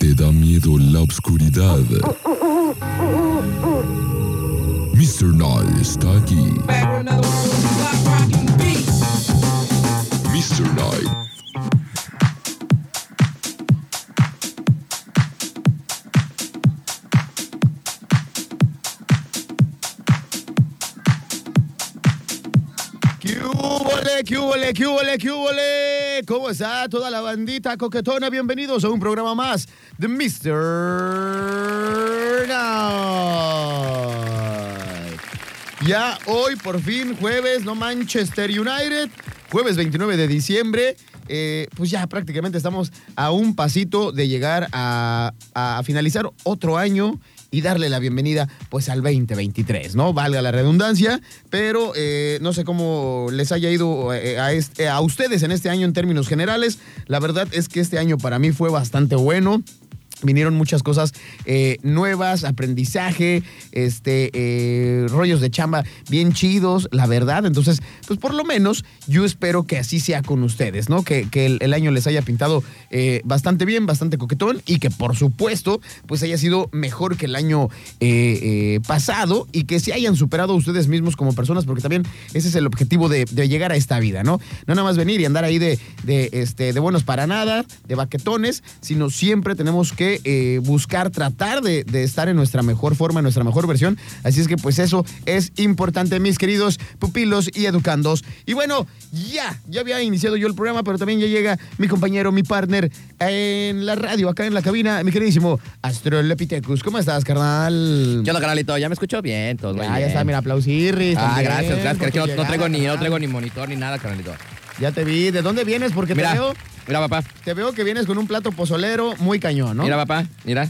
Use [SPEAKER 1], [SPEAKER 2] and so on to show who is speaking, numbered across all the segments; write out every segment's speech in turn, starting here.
[SPEAKER 1] ¿Te da miedo la oscuridad? Mr. Night está aquí. Mr. Night.
[SPEAKER 2] ¿Qué húbole, qué húbole, qué húbole, qué húbole? ¿Cómo está toda la bandita coquetona? Bienvenidos a un programa más de Mr. Night. Ya hoy, por fin, jueves, no Manchester United, jueves 29 de diciembre. eh, pues ya prácticamente estamos a un pasito de llegar a, a finalizar otro año y darle la bienvenida pues al 2023, ¿no? Valga la redundancia, pero eh, no sé cómo les haya ido eh, a, este- a ustedes en este año en términos generales. La verdad es que este año para mí fue bastante bueno. Vinieron muchas cosas eh, nuevas, aprendizaje, este, eh, rollos de chamba bien chidos, la verdad. Entonces, pues por lo menos yo espero que así sea con ustedes, ¿no? Que, que el, el año les haya pintado eh, bastante bien, bastante coquetón y que por supuesto, pues haya sido mejor que el año eh, eh, pasado y que se hayan superado ustedes mismos como personas, porque también ese es el objetivo de, de llegar a esta vida, ¿no? No nada más venir y andar ahí de, de, este, de buenos para nada, de baquetones, sino siempre tenemos que eh, buscar, tratar de, de estar en nuestra mejor forma, en nuestra mejor versión. Así es que pues eso es importante, mis queridos pupilos y educandos. Y bueno, ya, ya había iniciado yo el programa, pero también ya llega mi compañero, mi partner en la radio, acá en la cabina, mi queridísimo Astrolepithecus. ¿Cómo estás, carnal?
[SPEAKER 3] ¿Qué onda, canalito? ¿Ya me escucho? Bien, todo pues, muy
[SPEAKER 2] Ya, ya
[SPEAKER 3] bien.
[SPEAKER 2] está, mira, aplausirris.
[SPEAKER 3] Ah,
[SPEAKER 2] también,
[SPEAKER 3] gracias, gracias.
[SPEAKER 2] por
[SPEAKER 3] Es que no,
[SPEAKER 2] tu
[SPEAKER 3] no traigo ni,
[SPEAKER 2] llegada,
[SPEAKER 3] no traigo ni monitor ni nada, canalito.
[SPEAKER 2] Ya te vi. ¿De dónde vienes? Porque
[SPEAKER 3] Mira,
[SPEAKER 2] te veo,
[SPEAKER 3] mira, papá,
[SPEAKER 2] te veo que vienes con un plato pozolero muy cañón, ¿no?
[SPEAKER 3] mira, papá, mira.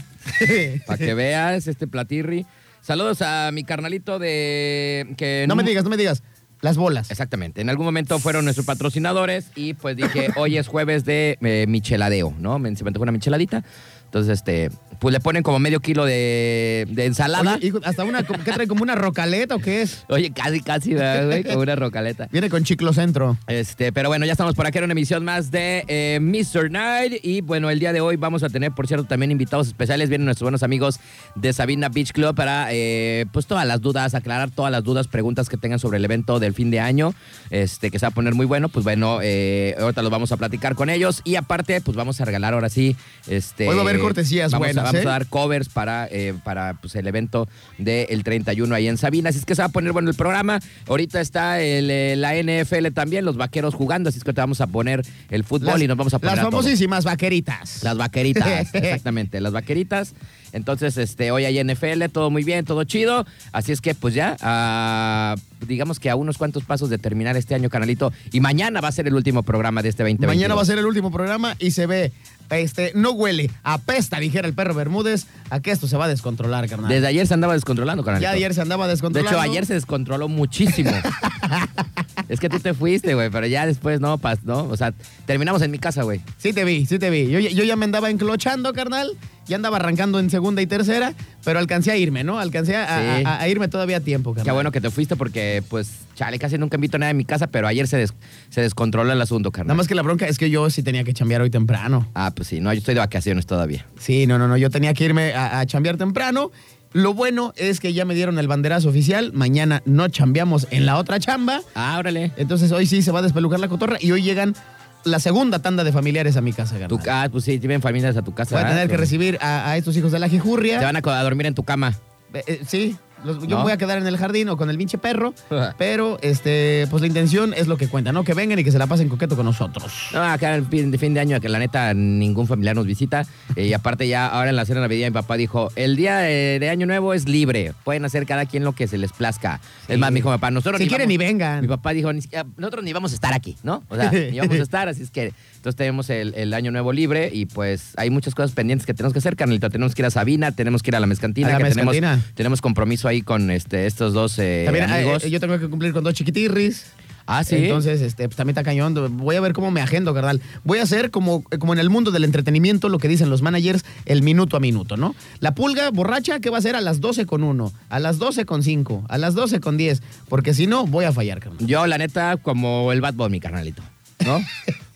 [SPEAKER 3] Para que veas este platirri. Saludos a mi carnalito de... Que en
[SPEAKER 2] no me
[SPEAKER 3] un-
[SPEAKER 2] digas, no me digas. Las bolas.
[SPEAKER 3] Exactamente. En algún momento fueron nuestros patrocinadores y pues dije, hoy es jueves de eh, micheladeo, ¿no? Me, se me antojó una micheladita. Entonces, este, pues le ponen como medio kilo de, de ensalada.
[SPEAKER 2] Oye, hijo, hasta una, ¿qué trae? ¿Como una rocaleta o qué es?
[SPEAKER 3] Oye, casi, casi, ¿verdad, güey? Como una rocaleta.
[SPEAKER 2] Viene con chiclo centro.
[SPEAKER 3] Este, pero bueno, ya estamos por acá en una emisión más de eh, Mr. Night. Y bueno, el día de hoy vamos a tener, por cierto, también invitados especiales. Vienen nuestros buenos amigos de Sabina Beach Club para, eh, pues, todas las dudas, aclarar todas las dudas, preguntas que tengan sobre el evento del fin de año, este, que se va a poner muy bueno. Pues bueno, eh, ahorita los vamos a platicar con ellos. Y aparte, pues vamos a regalar ahora sí, este.
[SPEAKER 2] Hoy va a haber cortesías
[SPEAKER 3] vamos a-
[SPEAKER 2] buenas,
[SPEAKER 3] vamos
[SPEAKER 2] ¿eh?
[SPEAKER 3] a dar covers para, eh, para pues, el evento del 31 ahí en Sabina. Así es que se va a poner bueno el programa. Ahorita está el, eh, la NFL también, los vaqueros jugando. Así es que te vamos a poner el fútbol y nos vamos a poner
[SPEAKER 2] Las
[SPEAKER 3] a todo.
[SPEAKER 2] famosísimas vaqueritas.
[SPEAKER 3] Las vaqueritas, exactamente, las vaqueritas. Entonces, este, hoy hay NFL, todo muy bien, todo chido. Así es que, pues ya, ah, digamos que a unos cuantos pasos de terminar este año, canalito. Y mañana va a ser el último programa de este 2020.
[SPEAKER 2] Mañana va a ser el último programa y se ve, este, no huele, apesta, dijera el perro Bermúdez, a que esto se va a descontrolar, carnal.
[SPEAKER 3] Desde ayer se andaba descontrolando, canalito.
[SPEAKER 2] ya ayer se andaba
[SPEAKER 3] De
[SPEAKER 2] descontrolando.
[SPEAKER 3] hecho, ayer se descontroló muchísimo. es que tú te fuiste, güey, pero ya después no, pas, ¿no? O sea, terminamos en mi casa, güey.
[SPEAKER 2] Sí te vi, sí te vi. Yo, ya- yo ya me andaba enclochando, carnal. Ya andaba arrancando en segunda y tercera, pero alcancé a irme, ¿no? Alcancé a, a-
[SPEAKER 3] Sí.
[SPEAKER 2] a- a irme todavía a tiempo, carnal.
[SPEAKER 3] Qué bueno que te fuiste porque, pues, chale, casi nunca invito a nadie a mi casa, pero ayer se, des- se descontroló el asunto, carnal.
[SPEAKER 2] Nada más que la bronca es que yo sí tenía que chambear hoy temprano.
[SPEAKER 3] Ah, pues sí, no, yo estoy de vacaciones todavía.
[SPEAKER 2] Sí, no, no, no. Yo tenía que irme a, a chambear temprano. Lo bueno es que ya me dieron el banderazo oficial. Mañana no chambeamos en la otra chamba.
[SPEAKER 3] Ah, órale.
[SPEAKER 2] Entonces hoy sí se va a despelucar la cotorra y hoy llegan la segunda tanda de familiares a mi casa,
[SPEAKER 3] Tu,
[SPEAKER 2] carnal.
[SPEAKER 3] ah, pues sí, tienen familias a tu casa.
[SPEAKER 2] Voy a
[SPEAKER 3] ¿verdad?
[SPEAKER 2] tener que recibir a, a estos hijos de la jijurria.
[SPEAKER 3] Te van a, co- a dormir en tu cama.
[SPEAKER 2] Eh, eh, sí, los- yo
[SPEAKER 3] ¿No? Ah.
[SPEAKER 2] me voy a quedar en el jardín o con el pinche perro, pero este, pues la intención es lo que cuenta, ¿no? Que vengan y que se la pasen coqueto con nosotros.
[SPEAKER 3] No, acá en fin, de fin de año, que la neta ningún familiar nos visita. Eh, y aparte ya ahora en la cena navideña mi papá dijo, el día de, de Año Nuevo es libre. Pueden hacer cada quien lo que se les plazca.
[SPEAKER 2] Sí.
[SPEAKER 3] Es más, mi hijo papá, nosotros
[SPEAKER 2] si quieren
[SPEAKER 3] vamos-
[SPEAKER 2] y vengan.
[SPEAKER 3] Mi papá dijo, "Ni siquiera- nosotros ni vamos a estar aquí, ¿no? O sea, ni vamos a estar, así es que entonces tenemos el, el Año Nuevo libre y pues hay muchas cosas pendientes que tenemos que hacer, carnalito. Tenemos que ir a Sabina, tenemos que ir a la Mezcantina,
[SPEAKER 2] A la
[SPEAKER 3] que tenemos-
[SPEAKER 2] Mezcantina.
[SPEAKER 3] Tenemos, compromiso ahí con este, estos dos eh,
[SPEAKER 2] También eh,
[SPEAKER 3] amigos.
[SPEAKER 2] eh, yo tengo que cumplir con dos chiquitirris.
[SPEAKER 3] ah, sí.
[SPEAKER 2] Entonces, este, pues, también está cañón. Voy a ver cómo me agendo, carnal. Voy a hacer como, eh, como en el mundo del entretenimiento, lo que dicen los managers, el minuto a minuto, ¿no? La pulga borracha, ¿qué va a hacer a las 12 con 1? A las 12 con 5, a las 12 con 10. Porque si no, voy a fallar, carnal.
[SPEAKER 3] Yo, la neta, como el Bad Bunny, carnalito, ¿no?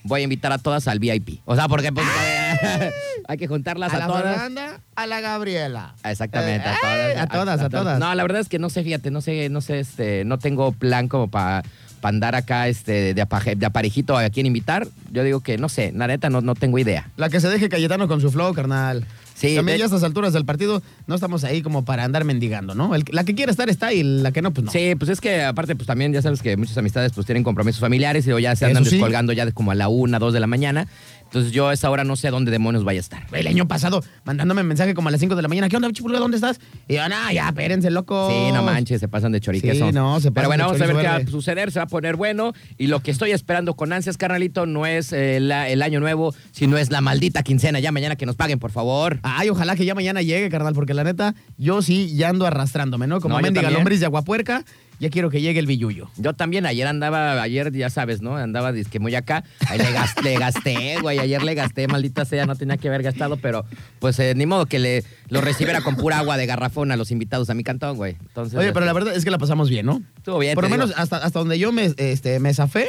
[SPEAKER 3] Voy a invitar a todas al VIP. O sea, porque pues, eh, Hay que juntarlas
[SPEAKER 2] Ah. a
[SPEAKER 3] a,
[SPEAKER 2] la
[SPEAKER 3] todas.
[SPEAKER 2] Fernanda, a la Gabriela.
[SPEAKER 3] Exactamente,
[SPEAKER 2] Eh,
[SPEAKER 3] a todas.
[SPEAKER 2] a todas, a todas.
[SPEAKER 3] No, la verdad es que no sé, fíjate, no sé, no sé, este, no tengo plan como para andar acá este, de, apaje- de aparejito a quien invitar. Yo digo que no sé, la neta no, no tengo idea.
[SPEAKER 2] La que se deje Cayetano con su flow, carnal.
[SPEAKER 3] Sí,
[SPEAKER 2] También
[SPEAKER 3] de-
[SPEAKER 2] ya a estas alturas del partido no estamos ahí como para andar mendigando, ¿no? El- la que quiere estar está y la que no, pues no.
[SPEAKER 3] Sí, pues es que aparte, pues también ya sabes que muchas amistades pues tienen compromisos familiares y luego ya se andan
[SPEAKER 2] Eso sí.
[SPEAKER 3] descolgando ya de como a la una, dos de la mañana. Entonces yo a esa hora no sé a dónde demonios vaya a estar.
[SPEAKER 2] El año pasado, mandándome mensaje como a las 5 de la mañana. ¿Qué onda, Chipulga? ¿Dónde estás? Y yo, no, ya, espérense, loco.
[SPEAKER 3] Sí, no manches, se pasan de choriqueso.
[SPEAKER 2] Sí, no, se pasan
[SPEAKER 3] Pero
[SPEAKER 2] de
[SPEAKER 3] bueno, vamos a ver qué
[SPEAKER 2] chorizo
[SPEAKER 3] va a
[SPEAKER 2] verde.
[SPEAKER 3] suceder, se va a poner bueno. Y lo que estoy esperando con ansias, carnalito, no es eh, la- el año nuevo, sino es la maldita quincena. Ya mañana que nos paguen, por favor.
[SPEAKER 2] Ay, ojalá que ya mañana llegue, carnal, porque la neta, yo sí ya ando arrastrándome, ¿no? Como
[SPEAKER 3] No, yo
[SPEAKER 2] mendiga
[SPEAKER 3] también.
[SPEAKER 2] lombriz de aguapuerca, ya quiero que llegue el billuyo.
[SPEAKER 3] Yo también ayer andaba, ayer ya sabes, ¿no? Andaba disque muy acá. Ahí le gasté, le gasté, güey. Ayer le gasté, maldita sea, no tenía que haber gastado, pero pues eh, ni modo que le lo recibiera con pura agua de garrafón a los invitados a mi cantón, güey. Entonces,
[SPEAKER 2] Oye, pero
[SPEAKER 3] este,
[SPEAKER 2] la verdad es que la pasamos bien, ¿no?
[SPEAKER 3] Estuvo bien,
[SPEAKER 2] Por lo
[SPEAKER 3] te
[SPEAKER 2] menos
[SPEAKER 3] digo.
[SPEAKER 2] hasta, hasta donde yo me, este, me zafé,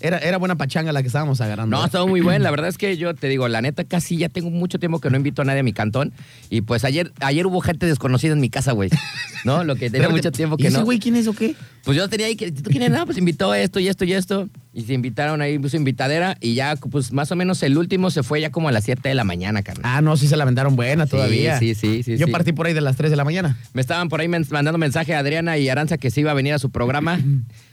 [SPEAKER 2] era, era buena pachanga la que estábamos agarrando.
[SPEAKER 3] No,
[SPEAKER 2] ¿eh?
[SPEAKER 3] estuvo muy bueno. La verdad es que yo te digo, la neta, casi ya tengo mucho tiempo que no invito a nadie a mi cantón. Y pues ayer, ayer hubo gente desconocida en mi casa, güey. ¿No? Lo que tenía
[SPEAKER 2] Espérate,
[SPEAKER 3] mucho tiempo
[SPEAKER 2] ¿y
[SPEAKER 3] que
[SPEAKER 2] ese
[SPEAKER 3] no.
[SPEAKER 2] güey quién es o qué?
[SPEAKER 3] Pues yo tenía ahí que. ¿Tú quién era? No, pues invitó esto y esto y esto. Y se invitaron ahí, puso invitadera. Y ya, pues más o menos el último se fue ya como a las 7 de la mañana, carnal.
[SPEAKER 2] Ah, no, sí se la aventaron buena todavía.
[SPEAKER 3] sí, sí, sí,
[SPEAKER 2] Yo
[SPEAKER 3] sí.
[SPEAKER 2] partí por ahí de las 3 de la mañana.
[SPEAKER 3] Me estaban por ahí men- mandando mensaje a Adriana y Aranza que se iba a venir a su programa.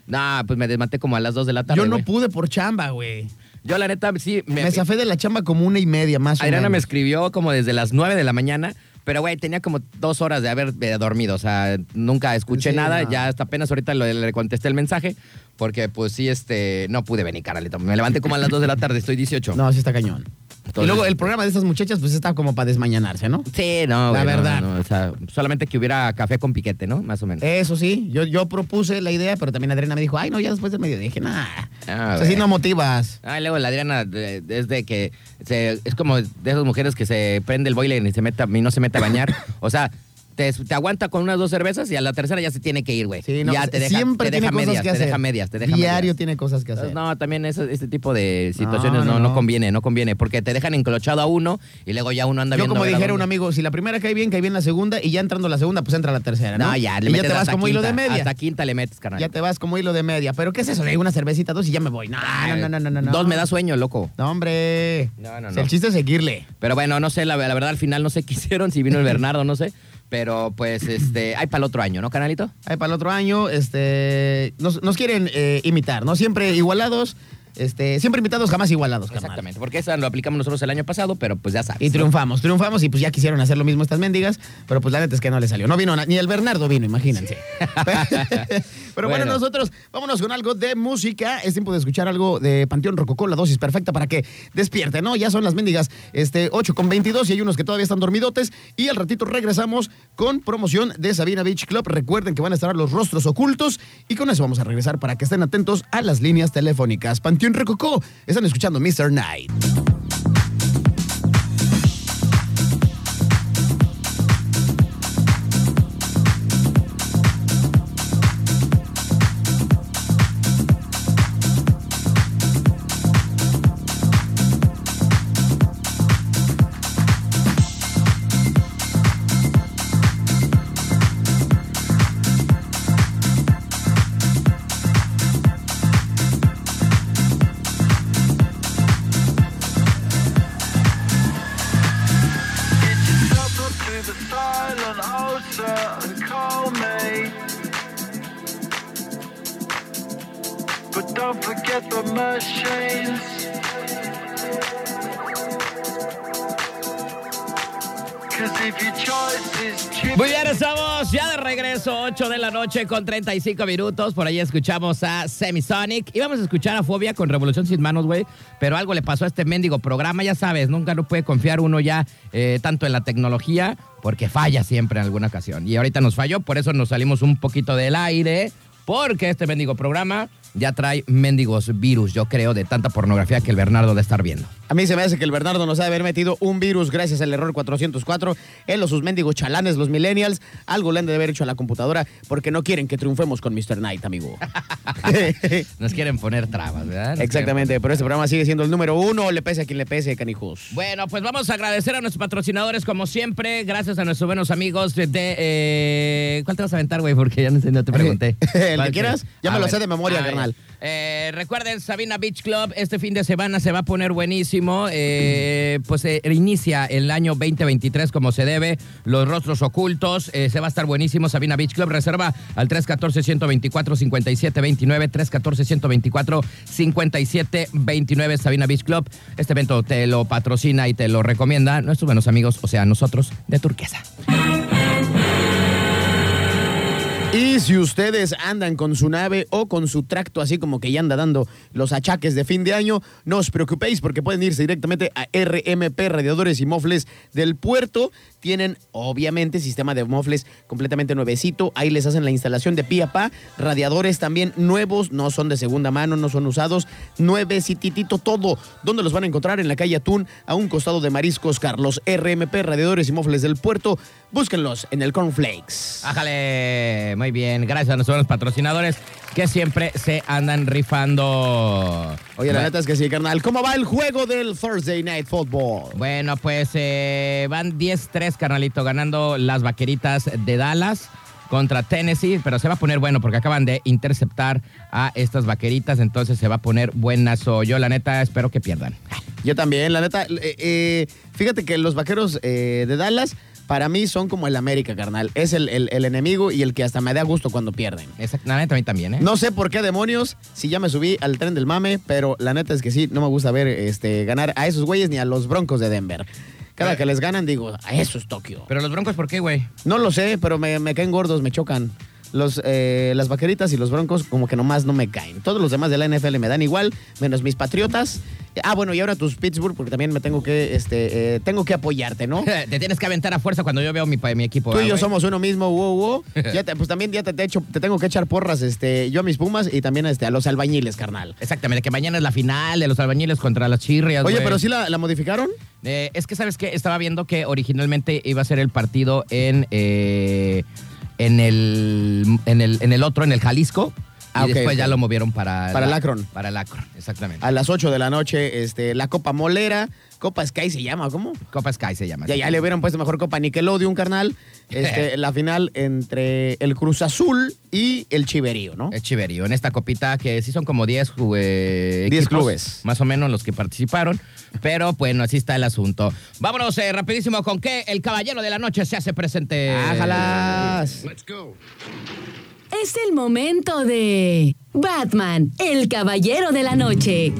[SPEAKER 3] Nah, pues me desmaté como a las 2 de la tarde.
[SPEAKER 2] yo no
[SPEAKER 3] güey.
[SPEAKER 2] pude por chamba, güey.
[SPEAKER 3] Yo la neta, sí.
[SPEAKER 2] Me zafé de la chamba como una y media más o
[SPEAKER 3] Adriana me
[SPEAKER 2] menos.
[SPEAKER 3] escribió como desde las 9 de la mañana, pero güey, tenía como dos horas de haber eh, dormido, o sea, nunca escuché
[SPEAKER 2] Sí,
[SPEAKER 3] nada,
[SPEAKER 2] no.
[SPEAKER 3] ya hasta apenas ahorita lo- le contesté el mensaje, porque pues sí, este, no pude venir, caralito. Me levanté como a las 2 de la tarde, estoy 18.
[SPEAKER 2] No, sí está cañón.
[SPEAKER 3] Entonces-
[SPEAKER 2] y luego el programa de estas muchachas, pues está como para desmañanarse, ¿no?
[SPEAKER 3] Sí, no,
[SPEAKER 2] La
[SPEAKER 3] güey, no,
[SPEAKER 2] verdad.
[SPEAKER 3] no, no, o sea, solamente que hubiera café con piquete, ¿no? Más o menos.
[SPEAKER 2] Eso sí, yo, yo propuse la idea, pero también Adriana me dijo, ay, no, ya después del mediodía. Dije, nah.
[SPEAKER 3] Ah,
[SPEAKER 2] o sea, sí
[SPEAKER 3] güey.
[SPEAKER 2] no motivas.
[SPEAKER 3] Ah, y luego la Adriana eh, es de que se- es como de esas mujeres que se prende el boiler y, se meta, y no se mete a bañar. O sea, te, te aguanta con unas dos cervezas y a la tercera ya se tiene que ir, güey.
[SPEAKER 2] Sí, no, pues,
[SPEAKER 3] ya te deja,
[SPEAKER 2] siempre
[SPEAKER 3] te
[SPEAKER 2] tiene
[SPEAKER 3] deja
[SPEAKER 2] cosas
[SPEAKER 3] medias,
[SPEAKER 2] que
[SPEAKER 3] te
[SPEAKER 2] hacer.
[SPEAKER 3] deja medias, te deja
[SPEAKER 2] Diario
[SPEAKER 3] medias.
[SPEAKER 2] tiene cosas que hacer.
[SPEAKER 3] Entonces, No, también eso- este tipo de situaciones no,
[SPEAKER 2] No,
[SPEAKER 3] no,
[SPEAKER 2] no, no.
[SPEAKER 3] conviene, no conviene, porque te dejan enclochado a uno y luego ya uno anda
[SPEAKER 2] yo
[SPEAKER 3] viendo
[SPEAKER 2] como
[SPEAKER 3] a ver a
[SPEAKER 2] dijera un
[SPEAKER 3] dónde.
[SPEAKER 2] amigo, si la primera cae bien, cae bien la segunda, y ya entrando la segunda, pues entra la tercera, ¿no?
[SPEAKER 3] No, ya, le
[SPEAKER 2] y ya
[SPEAKER 3] metes
[SPEAKER 2] te vas
[SPEAKER 3] hasta
[SPEAKER 2] como hilo de
[SPEAKER 3] quinta,
[SPEAKER 2] media.
[SPEAKER 3] Hasta quinta le metes, carnal.
[SPEAKER 2] Ya te vas como hilo de media. ¿Pero qué es eso? De una cervecita, dos y ya me voy. No, no, no, no, no, no.
[SPEAKER 3] Dos me da sueño, loco.
[SPEAKER 2] No, hombre.
[SPEAKER 3] No, no,
[SPEAKER 2] O sea,
[SPEAKER 3] no.
[SPEAKER 2] El chiste es seguirle.
[SPEAKER 3] Pero bueno, no sé, la, la verdad al final no sé qué hicieron, si vino el Bernardo, no sé. Pero pues, este, hay para el otro año, ¿no, canalito?
[SPEAKER 2] Ahí para el otro año, este, nos, nos quieren eh, imitar, ¿no? Siempre igualados, este, siempre imitados, jamás igualados. carnal.
[SPEAKER 3] Exactamente, porque esa lo aplicamos nosotros el año pasado, pero pues ya sabes.
[SPEAKER 2] Y
[SPEAKER 3] ¿no?
[SPEAKER 2] triunfamos, triunfamos y pues ya quisieron hacer lo mismo estas mendigas, pero pues la neta es que no le salió. No vino, na- ni el Bernardo vino, imagínense. pero bueno,
[SPEAKER 3] Bueno.
[SPEAKER 2] nosotros vámonos con algo de música. Es tiempo de escuchar algo de Panteón Rococó, la dosis perfecta para que despierte, ¿no? Ya son las mendigas este, 8 con 22 y hay unos que todavía están dormidotes. Y al ratito regresamos con promoción de Sabina Beach Club. Recuerden que van a estar los rostros ocultos y con eso vamos a regresar para que estén atentos a las líneas telefónicas. Panteón Rococó, están escuchando Mr. Night.
[SPEAKER 4] Suffer through the silent ulcer and call me. But don't forget the machines. Cause if your choice is cheap.
[SPEAKER 3] Muy bien, estamos ya de regreso, 8 de la noche con 35 minutos. Por ahí escuchamos a Semisonic. Y vamos a escuchar a Fobia con Revolución Sin Manos, güey. Pero algo le pasó a este mendigo programa, ya sabes. Nunca no puede confiar uno ya eh, tanto en la tecnología, porque falla siempre en alguna ocasión. Y ahorita nos falló, por eso nos salimos un poquito del aire. Porque este mendigo programa ya trae mendigos virus, yo creo, de tanta pornografía que el Bernardo de estar viendo.
[SPEAKER 2] A mí se me hace que el Bernardo nos ha de haber metido un virus gracias al error 404 en los sus mendigos chalanes, los millennials. Algo le han de haber hecho a la computadora porque no quieren que triunfemos con Mr. Knight, amigo.
[SPEAKER 3] Nos quieren poner trabas, ¿verdad? Nos
[SPEAKER 2] Exactamente, pero este programa sigue siendo el número uno, le pese a quien le pese, canijos.
[SPEAKER 3] Bueno, pues vamos a agradecer a nuestros patrocinadores como siempre, gracias a nuestros buenos amigos de... eh, ¿Cuál te vas a aventar, güey? Porque ya no, sé, no te pregunté. pues,
[SPEAKER 2] El
[SPEAKER 3] ¿Cuál
[SPEAKER 2] que quieras, ya me lo sé de memoria,
[SPEAKER 3] Ah,
[SPEAKER 2] carnal.
[SPEAKER 3] eh, recuerden, Sabina Beach Club, este fin de semana se va a poner buenísimo. eh,
[SPEAKER 2] Mm.
[SPEAKER 3] pues eh, inicia el año 2023 como se debe. Los rostros ocultos, eh, se va a estar buenísimo. Sabina Beach Club reserva al 314-124-5729. 314-124-5729. Sabina Beach Club, este evento te lo patrocina y te lo recomienda nuestros buenos amigos, o sea, nosotros de Turquesa.
[SPEAKER 2] Y si ustedes andan con su nave o con su tracto, así como que ya anda dando los achaques de fin de año, no os preocupéis porque pueden irse directamente a RMP Radiadores y Mofles del Puerto. Tienen, obviamente, sistema de mofles completamente nuevecito. Ahí les hacen la instalación de pie a pa. Radiadores también nuevos, no son de segunda mano, no son usados. Nuevecititito todo. ¿Dónde los van a encontrar? En la calle Atún, a un costado de Mariscos Carlos. RMP Radiadores y Mofles del Puerto. Búsquenlos en el Cornflakes.
[SPEAKER 3] Ájale, muy bien. Gracias a nuestros patrocinadores que siempre se andan rifando.
[SPEAKER 2] Oye, la
[SPEAKER 3] Bu-
[SPEAKER 2] neta es que sí, carnal. ¿Cómo va el juego del Thursday Night Football?
[SPEAKER 3] Bueno, pues eh, van 10-3, carnalito, ganando las vaqueritas de Dallas contra Tennessee, pero se va a poner bueno porque acaban de interceptar a estas vaqueritas, entonces se va a poner buenazo. Yo, la neta, espero que pierdan.
[SPEAKER 2] Yo también, la neta. eh, eh, fíjate que los vaqueros eh, de Dallas, para mí, son como el América, carnal. Es el, el- el enemigo y el que hasta me da gusto cuando pierden.
[SPEAKER 3] Esa- la neta, a mí también, ¿eh?
[SPEAKER 2] No sé por qué demonios, si ya me subí al tren del mame, pero la neta es que sí, no me gusta ver este, ganar a esos güeyes ni a los broncos de Denver. Cada que les ganan, digo, a eso es Tokio.
[SPEAKER 3] Pero los broncos, ¿por qué, güey?
[SPEAKER 2] No lo sé, pero me, me caen gordos, me chocan. Los, eh, las vaqueritas y los broncos como que nomás no me caen. Todos los demás de la NFL me dan igual, menos mis patriotas. Ah, bueno, y ahora tus Pittsburgh, porque también me tengo que, este, eh, tengo que apoyarte, ¿no?
[SPEAKER 3] Te tienes que aventar a fuerza cuando yo veo mi, pa- mi equipo.
[SPEAKER 2] Tú y
[SPEAKER 3] ¿verdad,
[SPEAKER 2] yo
[SPEAKER 3] güey?
[SPEAKER 2] somos uno mismo, wow, wow. Ya te- pues también ya te, te echo- te tengo que echar porras, este, yo a mis pumas y también este, a los albañiles, carnal.
[SPEAKER 3] Exactamente, que mañana es la final de los albañiles contra las chirrias,
[SPEAKER 2] Oye,
[SPEAKER 3] güey.
[SPEAKER 2] pero sí la, la modificaron.
[SPEAKER 3] Eh, es que, ¿sabes que Estaba viendo que originalmente iba a ser el partido en, eh, en, el, en, el, en el otro, en el Jalisco.
[SPEAKER 2] Ah,
[SPEAKER 3] y
[SPEAKER 2] ok,
[SPEAKER 3] después
[SPEAKER 2] ok.
[SPEAKER 3] ya lo movieron para...
[SPEAKER 2] Para
[SPEAKER 3] la-
[SPEAKER 2] Akron.
[SPEAKER 3] Para el Akron, exactamente.
[SPEAKER 2] A las 8 de la noche, este, la Copa Molera, Copa Sky se llama, ¿cómo?
[SPEAKER 3] Copa Sky se llama.
[SPEAKER 2] Ya, ya le hubieran puesto mejor Copa Nickelodeon, carnal. Este, la final entre el Cruz Azul y el Chiverío, ¿no?
[SPEAKER 3] Es chiverío. En esta copita que sí son como 10 ju- eh,
[SPEAKER 2] 10
[SPEAKER 3] equipos,
[SPEAKER 2] clubes.
[SPEAKER 3] Más o menos los que participaron. Pero bueno, así está el asunto. Vámonos eh, rapidísimo con que el caballero de la noche se hace presente.
[SPEAKER 2] ¡Ájalas!
[SPEAKER 5] Es el momento de Batman, el Caballero de la Noche.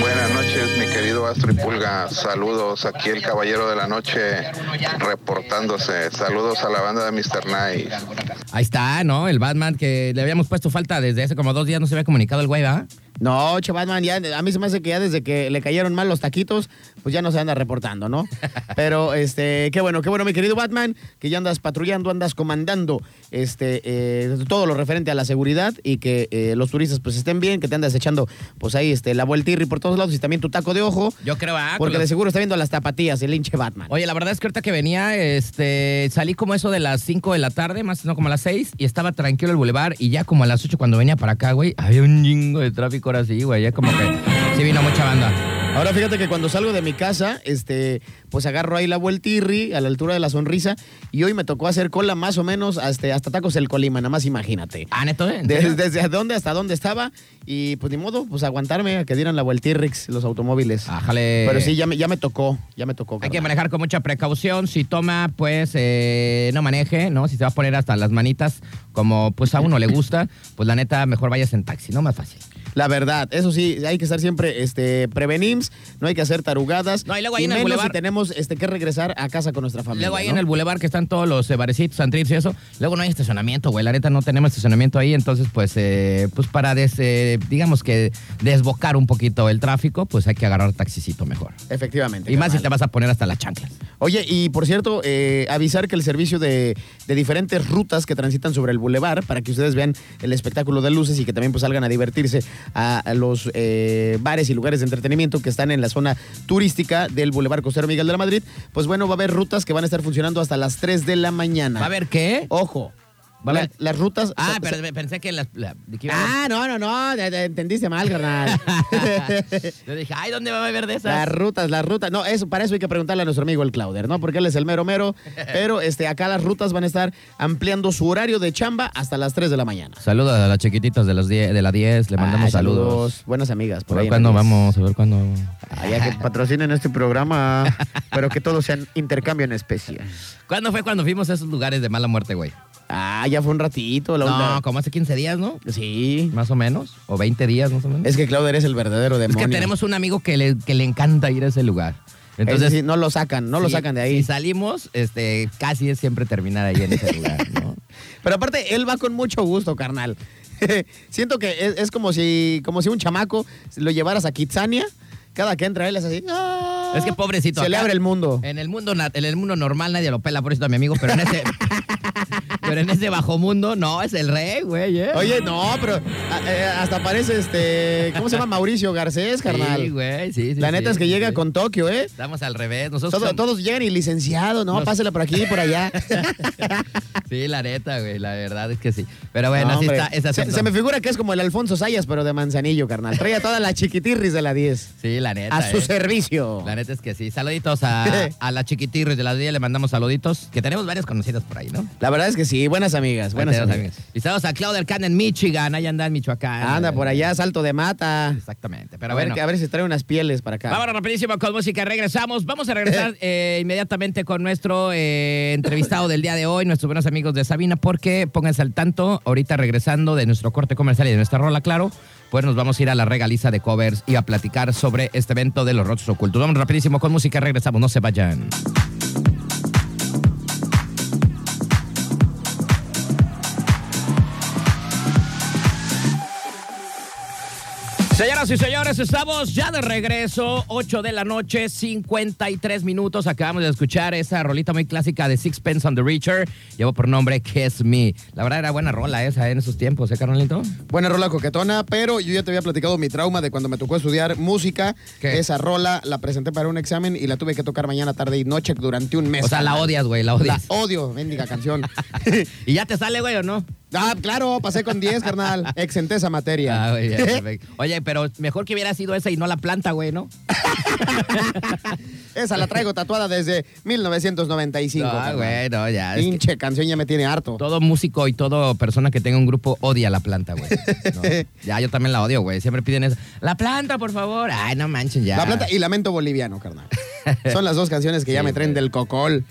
[SPEAKER 6] Buenas noches, mi querido Astro y Pulga. Saludos, aquí el Caballero de la Noche reportándose. Saludos a la banda de Mr. Night.
[SPEAKER 3] Ahí está, ¿no? El Batman que le habíamos puesto falta desde hace como dos días. No se había comunicado el güey, ¿verdad?
[SPEAKER 2] No, che, Batman, ya, a mí se me hace que ya desde que le cayeron mal los taquitos, pues ya no se anda reportando, ¿no? Pero, este, qué bueno, qué bueno, mi querido Batman, que ya andas patrullando, andas comandando, este, eh, todo lo referente a la seguridad y que eh, los turistas, pues, estén bien, que te andas echando, pues, ahí, este, la vueltirri por todos lados y también tu taco de ojo.
[SPEAKER 3] Yo creo, ah, con
[SPEAKER 2] Porque
[SPEAKER 3] los-
[SPEAKER 2] de seguro está viendo las tapatías, el hinche Batman.
[SPEAKER 3] Oye, la verdad es que ahorita que venía, este, salí como eso de las 5 de la tarde, más no como a las 6, y estaba tranquilo el bulevar, y ya como a las 8 cuando venía para acá, güey, había un chingo de tráfico ahora sí, güey, ya como que sí vino mucha banda.
[SPEAKER 2] Ahora fíjate que cuando salgo de mi casa, este, pues agarro ahí la vueltirri a la altura de la sonrisa y hoy me tocó hacer cola más o menos hasta, hasta tacos el Colima, nada más imagínate.
[SPEAKER 3] Ah, neto, ¿eh? ¿En
[SPEAKER 2] Desde,
[SPEAKER 3] serio?
[SPEAKER 2] desde dónde hasta dónde estaba y pues ni modo, pues aguantarme a que dieran la vueltirrix los automóviles.
[SPEAKER 3] Ájale.
[SPEAKER 2] Pero sí, ya me, ya me tocó, ya me tocó.
[SPEAKER 3] Ah, eh. Hay que
[SPEAKER 2] carnal.
[SPEAKER 3] manejar con mucha precaución. Si toma, pues eh, no maneje, ¿no? Si se va a poner hasta las manitas, como pues a uno le gusta, pues la neta, mejor vayas en taxi, ¿no? Más fácil.
[SPEAKER 2] La verdad, eso sí, hay que estar siempre este, prevenims, no hay que hacer tarugadas.
[SPEAKER 3] No, y luego ahí en el
[SPEAKER 2] menos
[SPEAKER 3] bulevar-
[SPEAKER 2] si tenemos este, que regresar a casa con nuestra familia.
[SPEAKER 3] Luego ahí
[SPEAKER 2] ¿no?
[SPEAKER 3] en el bulevar que están todos los eh, barecitos, antrips y eso, luego no hay estacionamiento, güey. La neta no tenemos estacionamiento ahí, entonces pues, eh, pues para des- eh, digamos que desbocar un poquito el tráfico, pues hay que agarrar taxicito mejor.
[SPEAKER 2] Efectivamente.
[SPEAKER 3] Y más si
[SPEAKER 2] carnal.
[SPEAKER 3] te vas a poner hasta las chanclas.
[SPEAKER 2] Oye, y por cierto, eh, avisar que el servicio de, de diferentes rutas que transitan sobre el bulevar, para que ustedes vean el espectáculo de luces y que también pues salgan a divertirse a, a los eh, bares y lugares de entretenimiento que están en la zona turística del bulevar costero Miguel de la Madrid, pues bueno, va a haber rutas que van a estar funcionando hasta las 3 de la mañana.
[SPEAKER 3] ¿Va a haber qué?
[SPEAKER 2] Ojo.
[SPEAKER 3] Va a
[SPEAKER 2] la-
[SPEAKER 3] haber-
[SPEAKER 2] Las rutas.
[SPEAKER 3] Ah,
[SPEAKER 2] se-
[SPEAKER 3] pero
[SPEAKER 2] se-
[SPEAKER 3] pensé que las... la- de que iba a-
[SPEAKER 2] Ah, no, no, no, te- te entendiste mal, carnal.
[SPEAKER 3] Yo dije, ay, ¿dónde va a haber de esas?
[SPEAKER 2] Las rutas, las rutas. No, eso, para eso hay que preguntarle a nuestro amigo el Clauder, ¿no? Porque él es el mero mero. Pero este, acá las rutas van a estar ampliando su horario de chamba hasta las 3 de la mañana.
[SPEAKER 3] Saludos a las chiquititas de, las die- de la 10, le mandamos
[SPEAKER 2] Ay,
[SPEAKER 3] saludos.
[SPEAKER 2] Buenas amigas.
[SPEAKER 3] A
[SPEAKER 2] Ah, Por
[SPEAKER 3] ver
[SPEAKER 2] ahí
[SPEAKER 3] cuándo
[SPEAKER 2] amigas.
[SPEAKER 3] vamos, a ver cuándo.
[SPEAKER 2] Allá que patrocinen este programa, pero que todo sea intercambio en especie.
[SPEAKER 3] ¿Cuándo fue cuando fuimos a esos lugares de mala muerte, güey?
[SPEAKER 2] Ah, ya fue un ratito. La
[SPEAKER 3] No,
[SPEAKER 2] onda.
[SPEAKER 3] como hace 15 días, ¿no?
[SPEAKER 2] Sí.
[SPEAKER 3] Más o menos, o 20 días más o menos.
[SPEAKER 2] Es que Clauder es el verdadero
[SPEAKER 3] Es
[SPEAKER 2] demonio.
[SPEAKER 3] que tenemos un amigo que le, que le encanta ir a ese lugar. Entonces,
[SPEAKER 2] Entonces, no lo sacan, no lo
[SPEAKER 3] si-
[SPEAKER 2] sacan de ahí.
[SPEAKER 3] Si salimos, este, casi es siempre terminar ahí en ese lugar, ¿no?
[SPEAKER 2] Pero aparte, él va con mucho gusto, carnal. Siento que es, es como si como si un chamaco lo llevaras a Kitsania. Cada que entra él es así. "Ah".
[SPEAKER 3] Es que pobrecito.
[SPEAKER 2] Se le
[SPEAKER 3] acá- Eh.
[SPEAKER 2] abre el mundo.
[SPEAKER 3] En el mundo, na- en el mundo normal nadie lo pela, por eso a mi amigo, pero en ese. pero en ese bajo mundo, no, es el rey, güey. ¿eh?
[SPEAKER 2] Oye, no, pero a- eh, hasta parece este. ¿Cómo se llama? Mauricio Garcés, carnal.
[SPEAKER 3] Sí, güey, sí, sí,
[SPEAKER 2] La neta
[SPEAKER 3] sí,
[SPEAKER 2] es que
[SPEAKER 3] sí,
[SPEAKER 2] llega
[SPEAKER 3] sí.
[SPEAKER 2] con Tokio, ¿eh?
[SPEAKER 3] Estamos al revés, nosotros.
[SPEAKER 2] Todo-
[SPEAKER 3] somos-
[SPEAKER 2] todos llegan y licenciado, ¿no?
[SPEAKER 3] Nos-
[SPEAKER 2] Pásela por aquí y por allá.
[SPEAKER 3] Sí, la neta, güey, la verdad es que sí. Pero bueno,
[SPEAKER 2] No,
[SPEAKER 3] así
[SPEAKER 2] hombre.
[SPEAKER 3] está. esas
[SPEAKER 2] se,
[SPEAKER 3] son-
[SPEAKER 2] se me figura que es como el Alfonso Sayas, pero de manzanillo, carnal. Trae a todas las chiquitirris de la 10.
[SPEAKER 3] Sí, la neta.
[SPEAKER 2] A su
[SPEAKER 3] eh.
[SPEAKER 2] servicio.
[SPEAKER 3] La neta es que sí. Saluditos a, a la chiquitirris de la día, le mandamos saluditos, que tenemos varias conocidas por ahí, ¿no?
[SPEAKER 2] La verdad es que sí, buenas amigas, buenas
[SPEAKER 3] Ahí tenemos
[SPEAKER 2] amigas.
[SPEAKER 3] también. Y saludos a Claudia Arcana en Michigan, ahí anda en Michoacán.
[SPEAKER 2] Anda por allá, salto de mata.
[SPEAKER 3] Exactamente, pero
[SPEAKER 2] a,
[SPEAKER 3] bueno.
[SPEAKER 2] ver, a ver si trae unas pieles para acá.
[SPEAKER 3] Vámonos rapidísimo con música, regresamos. Vamos a regresar eh, inmediatamente con nuestro eh, entrevistado del día de hoy, nuestros buenos amigos de Sabina, porque pónganse al tanto, ahorita regresando de nuestro corte comercial y de nuestra rola, claro, pues nos vamos a ir a la regaliza de covers y a platicar sobre este evento de los rotos ocultos. Vamos rapidísimo con música, regresamos, no se vayan. Señoras y señores, estamos ya de regreso, 8 de la noche, 53 minutos. Acabamos de escuchar esa rolita muy clásica de Sixpence on the Reacher. Llevo por nombre Kiss Me. La verdad era buena rola esa en esos tiempos, ¿eh, Carolito?
[SPEAKER 2] Buena rola coquetona, pero yo ya te había platicado mi trauma de cuando me tocó estudiar música.
[SPEAKER 3] ¿Qué?
[SPEAKER 2] Esa rola la presenté para un examen y la tuve que tocar mañana, tarde y noche durante un mes.
[SPEAKER 3] O sea, la odias, güey, la odias.
[SPEAKER 2] Odio, bendiga canción.
[SPEAKER 3] ¿Y ya te sale, güey, o no?
[SPEAKER 2] ah, claro, pasé con 10, carnal. Exenté esa materia.
[SPEAKER 3] Ah, güey, ya, perfecto. Oye, pero mejor que hubiera sido esa y no la planta, güey, ¿no?
[SPEAKER 2] Esa la traigo tatuada desde 1995.
[SPEAKER 3] Ah,
[SPEAKER 2] carnal.
[SPEAKER 3] güey, no, ya. es que
[SPEAKER 2] Pinche canción ya me tiene harto.
[SPEAKER 3] Todo músico y todo persona que tenga un grupo odia la planta, güey. No, ya, yo también la odio, güey. Siempre piden eso. La planta, por favor. Ay, no manchen ya.
[SPEAKER 2] La planta y Lamento Boliviano, carnal. Son las dos canciones que ya
[SPEAKER 3] Sí,
[SPEAKER 2] me traen
[SPEAKER 3] güey.
[SPEAKER 2] del cocol.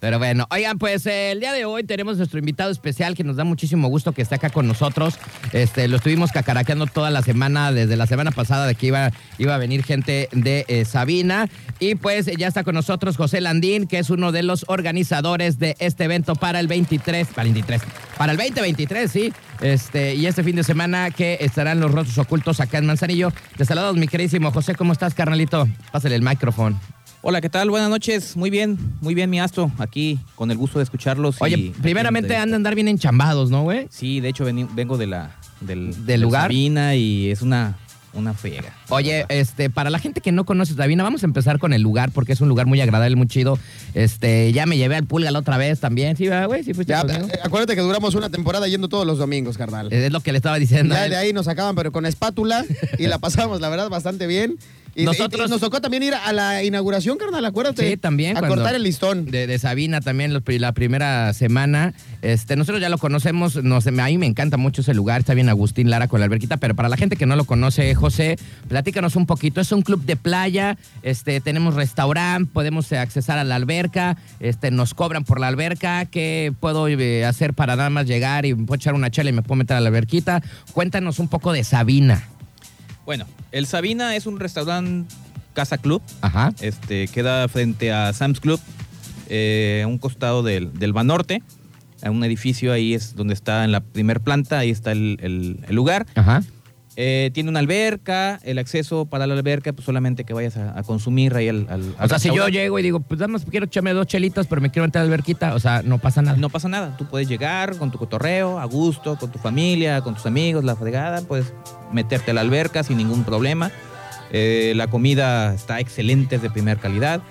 [SPEAKER 3] Pero bueno, oigan, pues eh, el día de hoy tenemos nuestro invitado especial que nos da muchísimo gusto que esté acá con nosotros. Este, lo estuvimos cacaraqueando toda la semana, desde la semana pasada de que iba, iba a venir gente de eh, Sabina. Y pues eh, ya está con nosotros José Landín, que es uno de los organizadores de este evento para el 23, para el 23, para el 2023, sí. Este, y este fin de semana que estarán los rotos ocultos acá en Manzanillo. Te saludos, mi queridísimo José, ¿cómo estás, carnalito? Pásale el micrófono.
[SPEAKER 7] Hola, ¿qué tal? Buenas noches. Muy bien, muy bien, mi astro. Aquí, con el gusto de escucharlos. y-
[SPEAKER 3] Oye, primeramente
[SPEAKER 7] aquí-
[SPEAKER 3] han de andar bien enchambados, ¿no, güey?
[SPEAKER 7] Sí, de hecho, veni- vengo de la, del,
[SPEAKER 3] ¿Del
[SPEAKER 7] de
[SPEAKER 3] lugar?
[SPEAKER 7] Sabina y es una, una friega.
[SPEAKER 3] Oye, este, para la gente que no conoce Sabina, vamos a empezar con el lugar porque es un lugar muy agradable, muy chido. Este, ya me llevé al Pulga la otra vez también. Sí, va, güey, sí pues, fuiste
[SPEAKER 2] Ya,
[SPEAKER 3] conmigo.
[SPEAKER 2] eh, acuérdate que duramos una temporada yendo todos los domingos, carnal.
[SPEAKER 3] Eh, Es lo que le estaba diciendo. a
[SPEAKER 2] Ya
[SPEAKER 3] él.
[SPEAKER 2] de ahí nos sacaban, pero con espátula y la pasábamos, la verdad, bastante bien. Y,
[SPEAKER 3] Nosotros-
[SPEAKER 2] y- y nos tocó también ir a la inauguración, carnal, acuérdate.
[SPEAKER 3] Sí, también.
[SPEAKER 2] A
[SPEAKER 3] cuando-
[SPEAKER 2] cortar el listón.
[SPEAKER 3] De, de Sabina también, los pri- la primera semana. Este, nosotros ya lo conocemos, nos, a mí me encanta mucho ese lugar, está bien Agustín Lara con la alberquita, pero para la gente que no lo conoce, José, platícanos un poquito. Es un club de playa, este, tenemos restaurante, podemos eh, accesar a la alberca, este, nos cobran por la alberca, ¿qué puedo eh, hacer para nada más llegar y me puedo echar una chela y me puedo meter a la alberquita? Cuéntanos un poco de Sabina.
[SPEAKER 7] Bueno, el Sabina es un restaurante casa club.
[SPEAKER 3] Ajá.
[SPEAKER 7] Este, queda frente a Sam's Club, eh, a un costado del, del Banorte. A un edificio ahí es donde está en la primer planta, ahí está el, el- el lugar.
[SPEAKER 3] Ajá.
[SPEAKER 7] Eh, tiene una alberca, el acceso para la alberca, pues solamente que vayas a, a consumir ahí al, al-
[SPEAKER 3] O
[SPEAKER 7] al
[SPEAKER 3] sea, si yo
[SPEAKER 7] restaurante.
[SPEAKER 3] llego y digo, pues nada más quiero echarme dos chelitas, pero me quiero meter a la alberquita, o sea, no pasa nada.
[SPEAKER 7] No pasa nada, tú puedes llegar con tu cotorreo, a gusto, con tu familia, con tus amigos, la fregada, puedes meterte a la alberca sin ningún problema. Eh, la comida está excelente, es de primer calidad.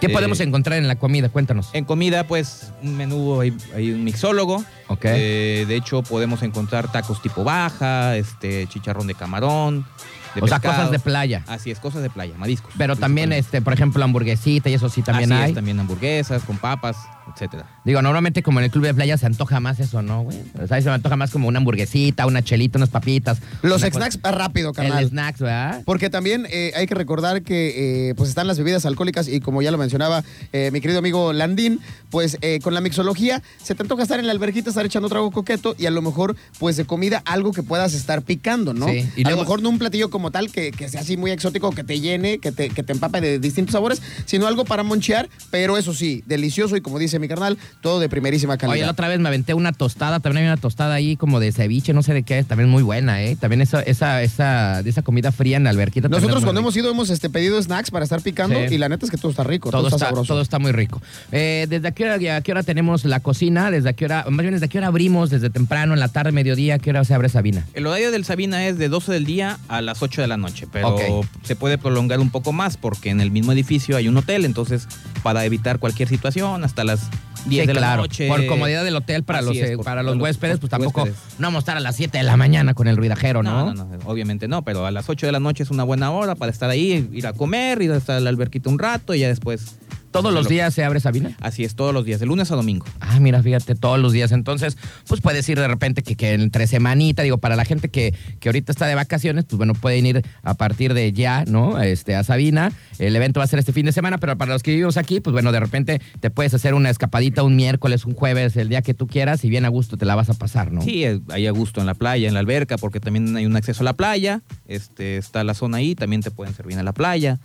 [SPEAKER 3] ¿Qué
[SPEAKER 7] Eh,
[SPEAKER 3] podemos encontrar en la comida? Cuéntanos.
[SPEAKER 7] En comida, pues, un menú, hay, hay un mixólogo.
[SPEAKER 3] Ok.
[SPEAKER 7] Eh, de hecho, podemos encontrar tacos tipo baja, este, chicharrón de camarón, de
[SPEAKER 3] o sea,
[SPEAKER 7] pescado.
[SPEAKER 3] cosas de playa.
[SPEAKER 7] Así es, cosas de playa, mariscos.
[SPEAKER 3] Pero también,
[SPEAKER 7] principalmente.
[SPEAKER 3] este, por ejemplo, hamburguesita y eso sí también
[SPEAKER 7] pues, Así es,
[SPEAKER 3] hay.
[SPEAKER 7] también hamburguesas con papas, etcétera.
[SPEAKER 3] Digo, normalmente como en el club de playa se antoja más eso, ¿no, güey? O sea, se me antoja más como una hamburguesita, una chelita, unas papitas.
[SPEAKER 2] Los
[SPEAKER 3] una
[SPEAKER 2] snacks ah, rápido,
[SPEAKER 3] cosa- El
[SPEAKER 2] carnal.
[SPEAKER 3] snacks, ¿verdad?
[SPEAKER 2] Porque también eh, hay que recordar que eh, pues están las bebidas alcohólicas y como ya lo mencionaba eh, mi querido amigo Landín, pues eh, con la mixología se te antoja estar en la alberquita, estar echando trago coqueto y a lo mejor pues de comida algo que puedas estar picando, ¿no?
[SPEAKER 3] Sí, y
[SPEAKER 2] a
[SPEAKER 3] luego-
[SPEAKER 2] lo mejor no un platillo como tal que, que sea así muy exótico, que te llene, que te, que te empape de distintos sabores, sino algo para monchear, pero eso sí, delicioso y como dice mi carnal, todo de primerísima calidad.
[SPEAKER 3] Oye, la otra vez me aventé una tostada, también hay una tostada ahí como de ceviche, no sé de qué es, también muy buena, ¿eh? También esa, esa, esa, de esa comida fría en la alberquita. también
[SPEAKER 2] Nosotros
[SPEAKER 3] es muy
[SPEAKER 2] cuando
[SPEAKER 3] rica.
[SPEAKER 2] hemos ido hemos este, pedido snacks para estar picando
[SPEAKER 3] Sí.
[SPEAKER 2] y la neta es que todo está rico, todo,
[SPEAKER 3] Todo
[SPEAKER 2] está,
[SPEAKER 3] está,
[SPEAKER 2] sabroso.
[SPEAKER 3] todo está muy rico. Eh, ¿Desde a qué, hora, y a qué hora tenemos la cocina? ¿Desde a qué hora, más bien desde a qué hora abrimos? ¿Desde temprano, en la tarde, mediodía? ¿A qué hora se abre Sabina?
[SPEAKER 7] El horario del Sabina es de 12 del día a las 8 de la noche, pero
[SPEAKER 3] Ok.
[SPEAKER 7] se puede prolongar un poco más porque en el mismo edificio hay un hotel, entonces para evitar cualquier situación hasta las 10
[SPEAKER 3] Sí,
[SPEAKER 7] de la
[SPEAKER 3] claro,
[SPEAKER 7] noche.
[SPEAKER 3] Por comodidad del hotel para
[SPEAKER 7] Así
[SPEAKER 3] los,
[SPEAKER 7] es,
[SPEAKER 3] eh,
[SPEAKER 7] por-
[SPEAKER 3] para
[SPEAKER 7] por
[SPEAKER 3] los
[SPEAKER 7] los-
[SPEAKER 3] huéspedes, pues
[SPEAKER 7] por
[SPEAKER 3] tampoco
[SPEAKER 7] huéspedes.
[SPEAKER 3] no vamos a estar a las 7 de la mañana con el ruidajero, ¿no?
[SPEAKER 7] No, no, no, obviamente no, pero a las 8 de la noche es una buena hora para estar ahí, ir a comer, ir hasta la alberquita un rato y ya después.
[SPEAKER 3] Todos los
[SPEAKER 7] Lo-
[SPEAKER 3] días se abre Sabina.
[SPEAKER 7] Así es, todos los días, de lunes a domingo.
[SPEAKER 3] Ah, mira, fíjate, todos los días. Entonces, pues puedes ir de repente que, que entre semanita, digo, para la gente que, que ahorita está de vacaciones, pues bueno, pueden ir a partir de ya, ¿no? Este, a Sabina. El evento va a ser este fin de semana, pero para los que vivimos aquí, pues bueno, de repente te puedes hacer una escapadita un miércoles, un jueves, el día que tú quieras y bien a gusto te la vas a pasar, ¿no?
[SPEAKER 7] Sí, eh, ahí a gusto en la playa, en la alberca, porque también hay un acceso a la playa, este, está la zona ahí, también te pueden servir a la playa,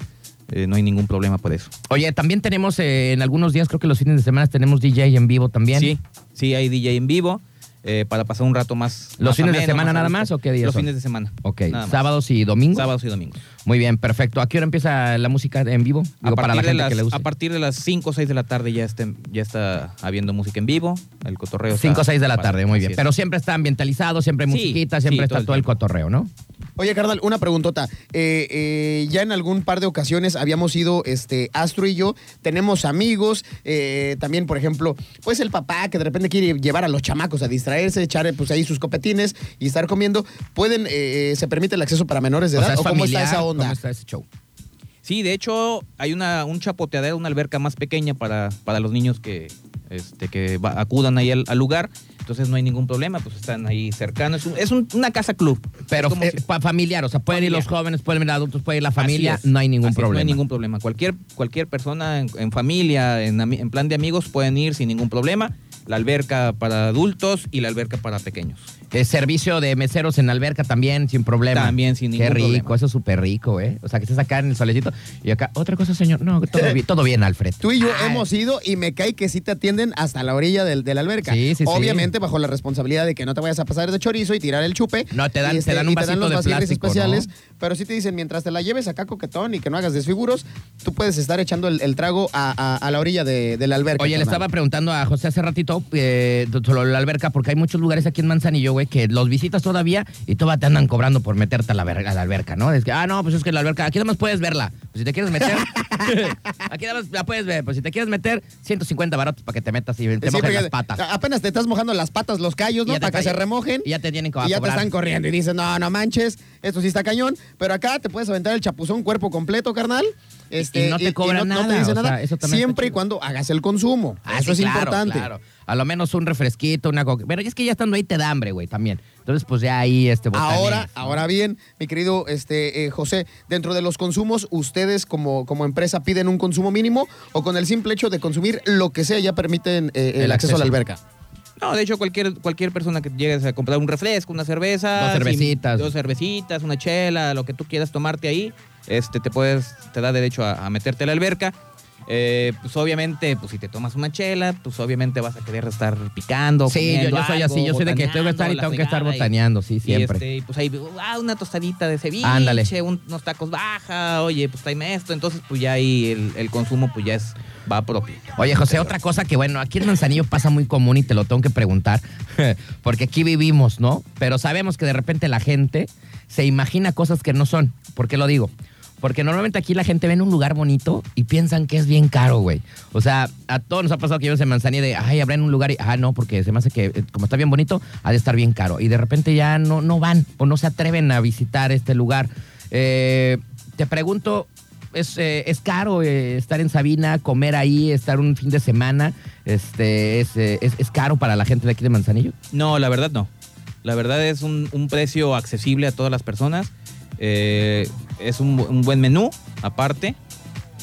[SPEAKER 7] eh, no hay ningún problema por eso.
[SPEAKER 3] Oye, también tenemos eh, en algunos días, creo que los fines de semana tenemos DJ en vivo también.
[SPEAKER 7] Sí, sí, hay DJ en vivo eh, para pasar un rato más.
[SPEAKER 3] ¿Los
[SPEAKER 7] más
[SPEAKER 3] fines de
[SPEAKER 7] ameno,
[SPEAKER 3] semana
[SPEAKER 7] a
[SPEAKER 3] nada
[SPEAKER 7] gusto.
[SPEAKER 3] más o qué días
[SPEAKER 7] Los
[SPEAKER 3] son?
[SPEAKER 7] fines de semana.
[SPEAKER 3] Ok,
[SPEAKER 7] nada más.
[SPEAKER 3] sábados y domingos.
[SPEAKER 7] Sábados y domingos.
[SPEAKER 3] Muy bien, perfecto. ¿A qué hora empieza la música en vivo? Digo, para la
[SPEAKER 7] partir de
[SPEAKER 3] gente
[SPEAKER 7] las-
[SPEAKER 3] que le gusta.
[SPEAKER 7] a partir de las 5 o 6 de la tarde ya, esté- ya está habiendo música en vivo, el cotorreo. está
[SPEAKER 3] 5 o 6 de la
[SPEAKER 7] padre,
[SPEAKER 3] tarde, muy
[SPEAKER 7] así
[SPEAKER 3] bien.
[SPEAKER 7] es.
[SPEAKER 3] Pero siempre está ambientalizado, siempre hay
[SPEAKER 7] Sí,
[SPEAKER 3] musiquita,
[SPEAKER 7] sí,
[SPEAKER 3] siempre está
[SPEAKER 7] todo el
[SPEAKER 3] todo el
[SPEAKER 7] tiempo.
[SPEAKER 3] cotorreo, ¿no?
[SPEAKER 2] Oye, carnal, una preguntota. Eh, eh, ya en algún par de ocasiones habíamos ido, este, Astro y yo, tenemos amigos, eh, también, por ejemplo, pues el papá que de repente quiere llevar a los chamacos a distraerse, echar pues ahí sus copetines y estar comiendo, ¿pueden, eh, eh, se permite el acceso para menores de edad? ¿O cómo está esa onda?
[SPEAKER 3] ¿Cómo está ese show?
[SPEAKER 7] Sí, de hecho, hay una, un chapoteadero, una alberca más pequeña para, para los niños que, este, que va- acudan ahí al, al lugar. Entonces no hay ningún problema, pues están ahí cercanos. Es, un- es un- una casa club.
[SPEAKER 3] Pero
[SPEAKER 7] Es como
[SPEAKER 3] eh,
[SPEAKER 7] si-
[SPEAKER 3] pa- familiar, o sea, pueden ir los
[SPEAKER 7] Familiar.
[SPEAKER 3] jóvenes, pueden ir adultos, puede ir la
[SPEAKER 7] Así
[SPEAKER 3] familia,
[SPEAKER 7] es.
[SPEAKER 3] no hay ningún
[SPEAKER 7] Así es,
[SPEAKER 3] problema.
[SPEAKER 7] No hay ningún problema. Cualquier, cualquier persona en, en familia, en, ami- en plan de amigos, pueden ir sin ningún problema. La alberca para adultos y la alberca para pequeños.
[SPEAKER 3] Eh, servicio de meseros en la alberca también, sin problema.
[SPEAKER 7] También, sin ningún
[SPEAKER 3] Qué rico,
[SPEAKER 7] problema.
[SPEAKER 3] eso es súper rico, ¿eh? O sea, que estés acá en el solecito y acá, otra cosa, señor. No, todo bien, todo bien Alfred.
[SPEAKER 2] Tú y yo
[SPEAKER 3] Ah,
[SPEAKER 2] hemos ido y me cae que sí te atienden hasta la orilla del, de la alberca.
[SPEAKER 3] Sí, sí, sí.
[SPEAKER 2] Obviamente bajo la responsabilidad de que no te vayas a pasar de chorizo y tirar el chupe.
[SPEAKER 3] No, te dan-
[SPEAKER 2] Y, este,
[SPEAKER 3] te dan un
[SPEAKER 2] y
[SPEAKER 3] vasito de
[SPEAKER 2] vasillos
[SPEAKER 3] plástico, ¿no?
[SPEAKER 2] Pero sí te dicen, mientras te la lleves acá coquetón y que no hagas desfiguros, tú puedes estar echando el, el trago a, a- a la orilla de, de la alberca.
[SPEAKER 3] Oye, le
[SPEAKER 2] carnal.
[SPEAKER 3] estaba preguntando a José hace ratito eh, sobre la alberca, porque hay muchos lugares aquí en Manzanillo, güey, que los visitas todavía y todavía te andan cobrando por meterte a la, verga- a la alberca, ¿no? Es que, ah, no, pues es que la alberca, aquí nada más puedes verla. Pues si te quieres meter, aquí nada más la puedes ver. Pues si te quieres meter, 150 baratos para que te metas y te
[SPEAKER 2] Sí,
[SPEAKER 3] mojes
[SPEAKER 2] porque
[SPEAKER 3] las patas.
[SPEAKER 2] a- Apenas te estás mojando las patas, los callos,
[SPEAKER 3] Y
[SPEAKER 2] ¿no?
[SPEAKER 3] ya te
[SPEAKER 2] Para que
[SPEAKER 3] está-
[SPEAKER 2] se remojen.
[SPEAKER 3] y ya te tienen que
[SPEAKER 2] Y ya te
[SPEAKER 3] cobrar.
[SPEAKER 2] están corriendo y dicen, no, no manches, esto sí está cañón. Pero acá te puedes aventar el chapuzón cuerpo completo, carnal. Este,
[SPEAKER 3] y no te cobran
[SPEAKER 2] no- no te
[SPEAKER 3] nada,
[SPEAKER 2] dicen
[SPEAKER 3] o sea,
[SPEAKER 2] nada,
[SPEAKER 3] eso también está
[SPEAKER 2] siempre y
[SPEAKER 3] chido.
[SPEAKER 2] cuando hagas el consumo.
[SPEAKER 3] Ah,
[SPEAKER 2] eso
[SPEAKER 3] sí,
[SPEAKER 2] es
[SPEAKER 3] claro,
[SPEAKER 2] importante.
[SPEAKER 3] claro. A lo menos un refresquito, una coca. Pero es que ya estando ahí te da hambre, güey, también. Entonces, pues ya ahí este botaneas,
[SPEAKER 2] Ahora,
[SPEAKER 3] ¿no?
[SPEAKER 2] ahora bien, mi querido este, eh, José, dentro de los consumos, ¿ustedes como, como empresa piden un consumo mínimo o con el simple hecho de consumir lo que sea ya permiten eh, el,
[SPEAKER 3] El
[SPEAKER 2] acceso a la
[SPEAKER 3] acceso.
[SPEAKER 2] alberca?
[SPEAKER 7] No, de hecho, cualquier, cualquier persona que llegues a comprar un refresco, una cerveza.
[SPEAKER 3] Dos
[SPEAKER 7] sin-
[SPEAKER 3] cervecitas.
[SPEAKER 7] dos cervecitas, una chela, lo que tú quieras tomarte ahí, este, te puedes, te da derecho a, a meterte a la alberca. eh, pues obviamente, pues si te tomas una chela, pues obviamente vas a querer estar picando.
[SPEAKER 3] Sí, yo- yo,
[SPEAKER 7] comiendo
[SPEAKER 3] soy
[SPEAKER 7] algo,
[SPEAKER 3] así, yo soy de que tengo que estar
[SPEAKER 7] botaneando,
[SPEAKER 3] y
[SPEAKER 7] la
[SPEAKER 3] tengo que estar
[SPEAKER 7] fregada, y-
[SPEAKER 3] botaneando, sí,
[SPEAKER 7] y
[SPEAKER 3] siempre.
[SPEAKER 7] este, y pues ahí, ah, una tostadita de ceviche,
[SPEAKER 3] Ándale.
[SPEAKER 7] un- unos tacos baja, oye, pues tráeme esto. Entonces, pues ya ahí el, el consumo, pues ya es, va propio.
[SPEAKER 3] Oye, José, otra cosa que, bueno, aquí en Manzanillo pasa muy común y te lo tengo que preguntar, porque aquí vivimos, ¿no? Pero sabemos que de repente la gente se imagina cosas que no son. ¿Por qué lo digo? Porque normalmente aquí la gente ve en un lugar bonito y piensan que es bien caro, güey. O sea, a todos nos ha pasado que vivimos en Manzanillo de, ay, habrá en un lugar y, ah, no, porque se me hace que, eh, como está bien bonito, ha de estar bien caro. Y de repente ya no, no van o no se atreven a visitar este lugar. Eh, te pregunto, es, eh, es caro eh, estar en Sabina, comer ahí, estar un fin de semana. Este, es, eh, es, es caro para la gente de aquí de Manzanillo.
[SPEAKER 7] No, la verdad no. La verdad es un, un precio accesible a todas las personas. Eh, es un, bu- un buen menú, aparte.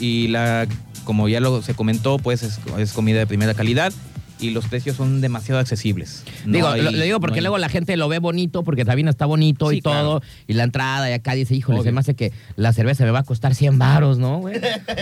[SPEAKER 7] Y la, como ya lo se comentó, pues es, es comida de primera calidad. Y los precios son demasiado accesibles. No
[SPEAKER 3] digo,
[SPEAKER 7] hay-
[SPEAKER 3] lo, le digo porque
[SPEAKER 7] no hay-
[SPEAKER 3] luego la gente lo ve bonito, porque Sabina está bonito y
[SPEAKER 7] Sí, claro.
[SPEAKER 3] todo. Y la entrada y acá dice, híjole, se
[SPEAKER 7] Obvio.
[SPEAKER 3] me hace que la cerveza me va a costar 100 varos, ¿no, güey?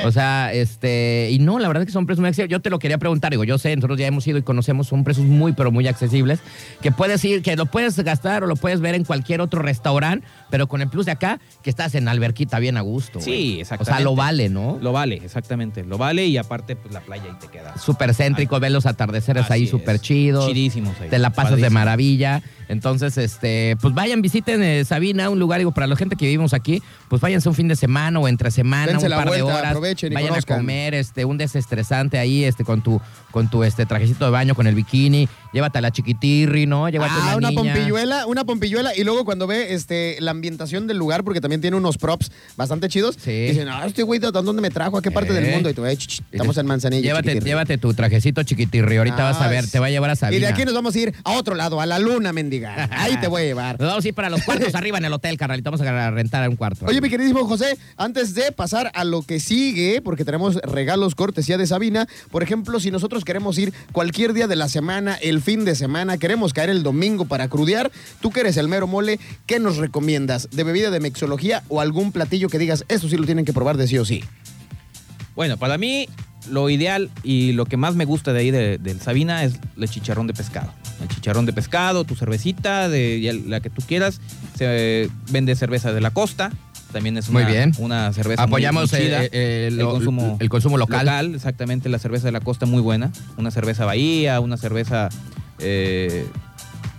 [SPEAKER 3] O sea, este... Y no, la verdad es que son precios muy accesibles. Yo te lo quería preguntar, digo, yo sé, nosotros ya hemos ido y conocemos, son precios muy, pero muy accesibles. Que puedes ir, que lo puedes gastar o lo puedes ver en cualquier otro restaurante, pero con el plus de acá, que estás en alberquita bien a gusto.
[SPEAKER 7] Sí,
[SPEAKER 3] güey. O sea,
[SPEAKER 7] exactamente.
[SPEAKER 3] lo vale, ¿no?
[SPEAKER 7] Lo vale, exactamente. Lo vale y aparte, pues la playa ahí te queda.
[SPEAKER 3] Súper céntrico, ver los atardeceres
[SPEAKER 7] Así
[SPEAKER 3] ahí
[SPEAKER 7] es.
[SPEAKER 3] súper chidos.
[SPEAKER 7] Chidísimos ahí.
[SPEAKER 3] Te la pasas de
[SPEAKER 7] Padrísimo.
[SPEAKER 3] maravilla. Entonces, este, pues vayan, visiten eh, Sabina, un lugar, digo, para la gente que vivimos aquí, pues váyanse un fin de semana o entre semana,
[SPEAKER 2] Dense
[SPEAKER 3] un
[SPEAKER 2] la
[SPEAKER 3] par de
[SPEAKER 2] vuelta,
[SPEAKER 3] horas.
[SPEAKER 2] aprovechen y
[SPEAKER 3] vayan a
[SPEAKER 2] conozcan.
[SPEAKER 3] comer, este, un desestresante ahí, este, con tu, con tu este trajecito de baño, con el bikini, llévate a la chiquitirri, ¿no? Llévate
[SPEAKER 2] Ah,
[SPEAKER 3] a
[SPEAKER 2] una
[SPEAKER 3] una niña.
[SPEAKER 2] pompilluela, una pompilluela. Y luego cuando ve este, la ambientación del lugar, porque también tiene unos props bastante chidos,
[SPEAKER 3] Sí.
[SPEAKER 2] dicen, ah, este güey, ¿de ¿dónde me trajo? ¿A qué parte
[SPEAKER 3] Eh.
[SPEAKER 2] del mundo? Y tú, eh, ch, ch, estamos en Manzanillo.
[SPEAKER 3] Llévate,
[SPEAKER 2] chiquitirri.
[SPEAKER 3] llévate tu trajecito chiquitirri, ahorita
[SPEAKER 2] Ah,
[SPEAKER 3] vas a ver,
[SPEAKER 2] es-
[SPEAKER 3] te va a llevar a Sabina.
[SPEAKER 2] Y de aquí nos vamos a ir a otro lado, a la luna, mendiga. Ahí te voy a llevar.
[SPEAKER 3] Nos vamos a ir para los cuartos arriba en el hotel, carnalito. Vamos a rentar un cuarto.
[SPEAKER 2] Oye, mi queridísimo José, antes de pasar a lo que sigue, porque tenemos regalos cortesía de Sabina, por ejemplo, si nosotros queremos ir cualquier día de la semana, el fin de semana, queremos caer el domingo para crudear, tú que eres el mero mole, ¿qué nos recomiendas? ¿De bebida de mexología o algún platillo que digas, esto sí lo tienen que probar de sí o sí?
[SPEAKER 7] Bueno, para mí lo ideal y lo que más me gusta de ahí de- del Sabina es el chicharrón de pescado. El chicharrón de pescado, tu cervecita, de ya la que tú quieras. Se eh, vende cerveza de la costa. También es una,
[SPEAKER 3] Muy bien.
[SPEAKER 7] una cerveza Pues, muy-
[SPEAKER 3] Apoyamos
[SPEAKER 7] muy
[SPEAKER 3] eh,
[SPEAKER 7] chida.
[SPEAKER 3] eh, eh, lo- el, consumo, local.
[SPEAKER 7] Exactamente, la cerveza de la costa muy buena. Una cerveza Bahía, una cerveza eh,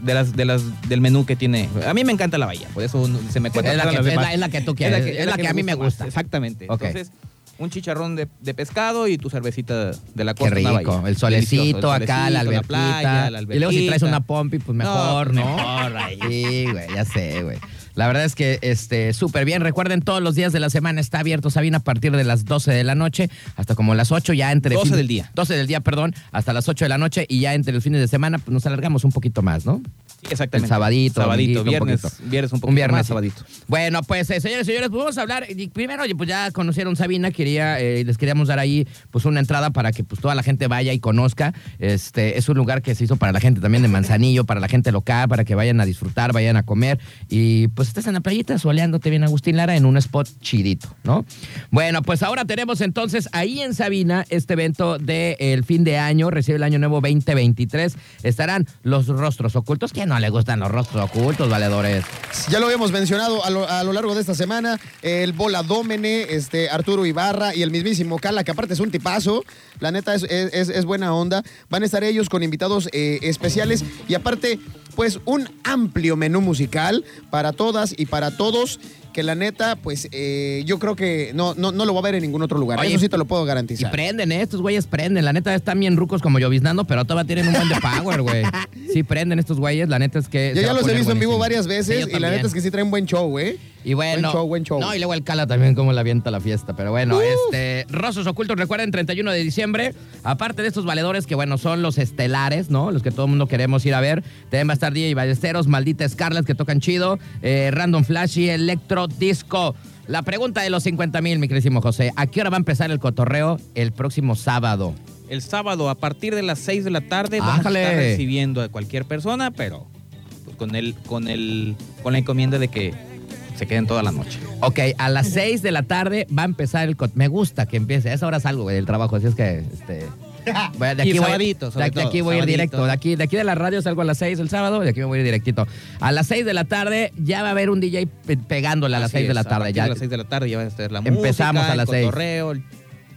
[SPEAKER 7] de las, de las, del menú que tiene. A mí me encanta la Bahía, por eso no- se me cuenta.
[SPEAKER 3] Es la que- es la- es la que tú quieres,
[SPEAKER 7] Es la que, es la que a mí me gusta.
[SPEAKER 3] gusta.
[SPEAKER 7] Exactamente.
[SPEAKER 3] Ok.
[SPEAKER 7] Entonces, un chicharrón de, de pescado y tu cervecita de la
[SPEAKER 3] Qué
[SPEAKER 7] costa. una
[SPEAKER 3] rico.
[SPEAKER 7] Bahía.
[SPEAKER 3] El solecito
[SPEAKER 7] Delicioso, el
[SPEAKER 3] acá, la
[SPEAKER 7] solecito,
[SPEAKER 3] alberquita.
[SPEAKER 7] playa, la
[SPEAKER 3] Y luego si traes
[SPEAKER 7] alberquita.
[SPEAKER 3] una pompi, pues mejor, ¿no?
[SPEAKER 7] No, mejor ahí.
[SPEAKER 3] Sí, güey, ya sé, güey. La verdad es que este súper bien. Recuerden, todos los días de la semana está abierto Sabina a partir de las 12 de la noche hasta como las 8, ya entre...
[SPEAKER 7] 12
[SPEAKER 3] fin-
[SPEAKER 7] del día.
[SPEAKER 3] 12 del día, perdón, hasta las 8 de la noche y ya entre los fines de semana pues, nos alargamos un poquito más, ¿no?
[SPEAKER 7] Sí, Exactamente.
[SPEAKER 3] El sabadito, dominguito,
[SPEAKER 7] Sabadito,
[SPEAKER 3] un
[SPEAKER 7] viernes.
[SPEAKER 3] poquito.
[SPEAKER 7] viernes un poquito
[SPEAKER 3] Un viernes,
[SPEAKER 7] más,
[SPEAKER 3] sí.
[SPEAKER 7] sabadito.
[SPEAKER 3] Bueno, pues eh, señores, señores, pues vamos a hablar. Y primero, oye, pues ya conocieron Sabina, quería, eh, les queríamos dar ahí pues una entrada para que pues toda la gente vaya y conozca. Este es un lugar que se hizo para la gente también de Manzanillo, para la gente local, para que vayan a disfrutar, vayan a comer y pues estás en la playita soleándote bien Agustín Lara en un spot chidito, ¿no? Bueno, pues ahora tenemos entonces ahí en Sabina este evento del fin de año, recibe el año nuevo 2023. Estarán los rostros ocultos. ¿Quién no le gustan los rostros ocultos, valedores?
[SPEAKER 2] Ya lo habíamos mencionado a lo, a lo largo de esta semana, el Bola Dómene, este, Arturo Ibarra y el mismísimo Cala, que aparte es un tipazo, la neta es, es- es- es buena onda. Van a estar ellos con invitados eh, especiales y aparte, pues un amplio menú musical para todas y para todos, que la neta, pues eh, yo creo que no, no, no lo va a ver en ningún otro lugar,
[SPEAKER 3] Oye,
[SPEAKER 2] eso sí te lo puedo
[SPEAKER 3] Y
[SPEAKER 2] garantizar.
[SPEAKER 3] prenden, ¿eh? Estos güeyes prenden. La neta están bien rucos como lloviznando, pero todavía tienen un buen de power, güey. Sí, prenden estos güeyes. La neta es que.
[SPEAKER 2] Yo
[SPEAKER 3] se
[SPEAKER 2] ya
[SPEAKER 3] va a
[SPEAKER 2] los he
[SPEAKER 3] poner
[SPEAKER 2] visto en vivo
[SPEAKER 3] buenísimo.
[SPEAKER 2] varias
[SPEAKER 3] Sí,
[SPEAKER 2] veces
[SPEAKER 3] yo
[SPEAKER 2] y la neta
[SPEAKER 3] también.
[SPEAKER 2] es que sí traen buen show, ¿eh?
[SPEAKER 3] Y bueno.
[SPEAKER 2] Buen show, buen show.
[SPEAKER 3] No, y luego el Cala también, cómo le avienta la fiesta. Pero bueno, este. Rostros Ocultos, recuerden, 31 de diciembre. Aparte de estos valedores que, bueno, son los estelares, ¿no? Los que todo el mundo queremos ir a ver. También va a estar DJ Ballesteros, Maldita Scarlett, que tocan chido. eh, Random Flash y Electro Disco. La pregunta de los 50 mil, mi queridísimo José. ¿A qué hora va a empezar el cotorreo el próximo sábado?
[SPEAKER 7] El sábado a partir de las 6 de la tarde vamos a
[SPEAKER 3] Ájale.
[SPEAKER 7] estar recibiendo a cualquier persona, pero pues, con el con el con la encomienda de que se queden toda la noche.
[SPEAKER 3] Ok, a las 6 de la tarde va a empezar el... co- Me gusta que empiece. A esa hora salgo, güey, del trabajo. Así es que, este... voy- de
[SPEAKER 7] Y
[SPEAKER 3] aquí voy,
[SPEAKER 7] sabadito, sobre
[SPEAKER 3] de, de
[SPEAKER 7] todo,
[SPEAKER 3] aquí voy a ir
[SPEAKER 7] sabadito.
[SPEAKER 3] directo. De aquí, de aquí de la radio salgo a las 6 el sábado. De aquí me voy a ir directito. A las 6 de la tarde ya va a haber un DJ pe- pegándole a las
[SPEAKER 7] Así
[SPEAKER 3] 6 de
[SPEAKER 7] es,
[SPEAKER 3] la tarde.
[SPEAKER 7] partir
[SPEAKER 3] Ya.
[SPEAKER 7] de las 6 de la tarde ya va a estar la
[SPEAKER 3] Empezamos
[SPEAKER 7] música,
[SPEAKER 3] a las
[SPEAKER 7] el
[SPEAKER 3] seis.
[SPEAKER 7] cotorreo, el,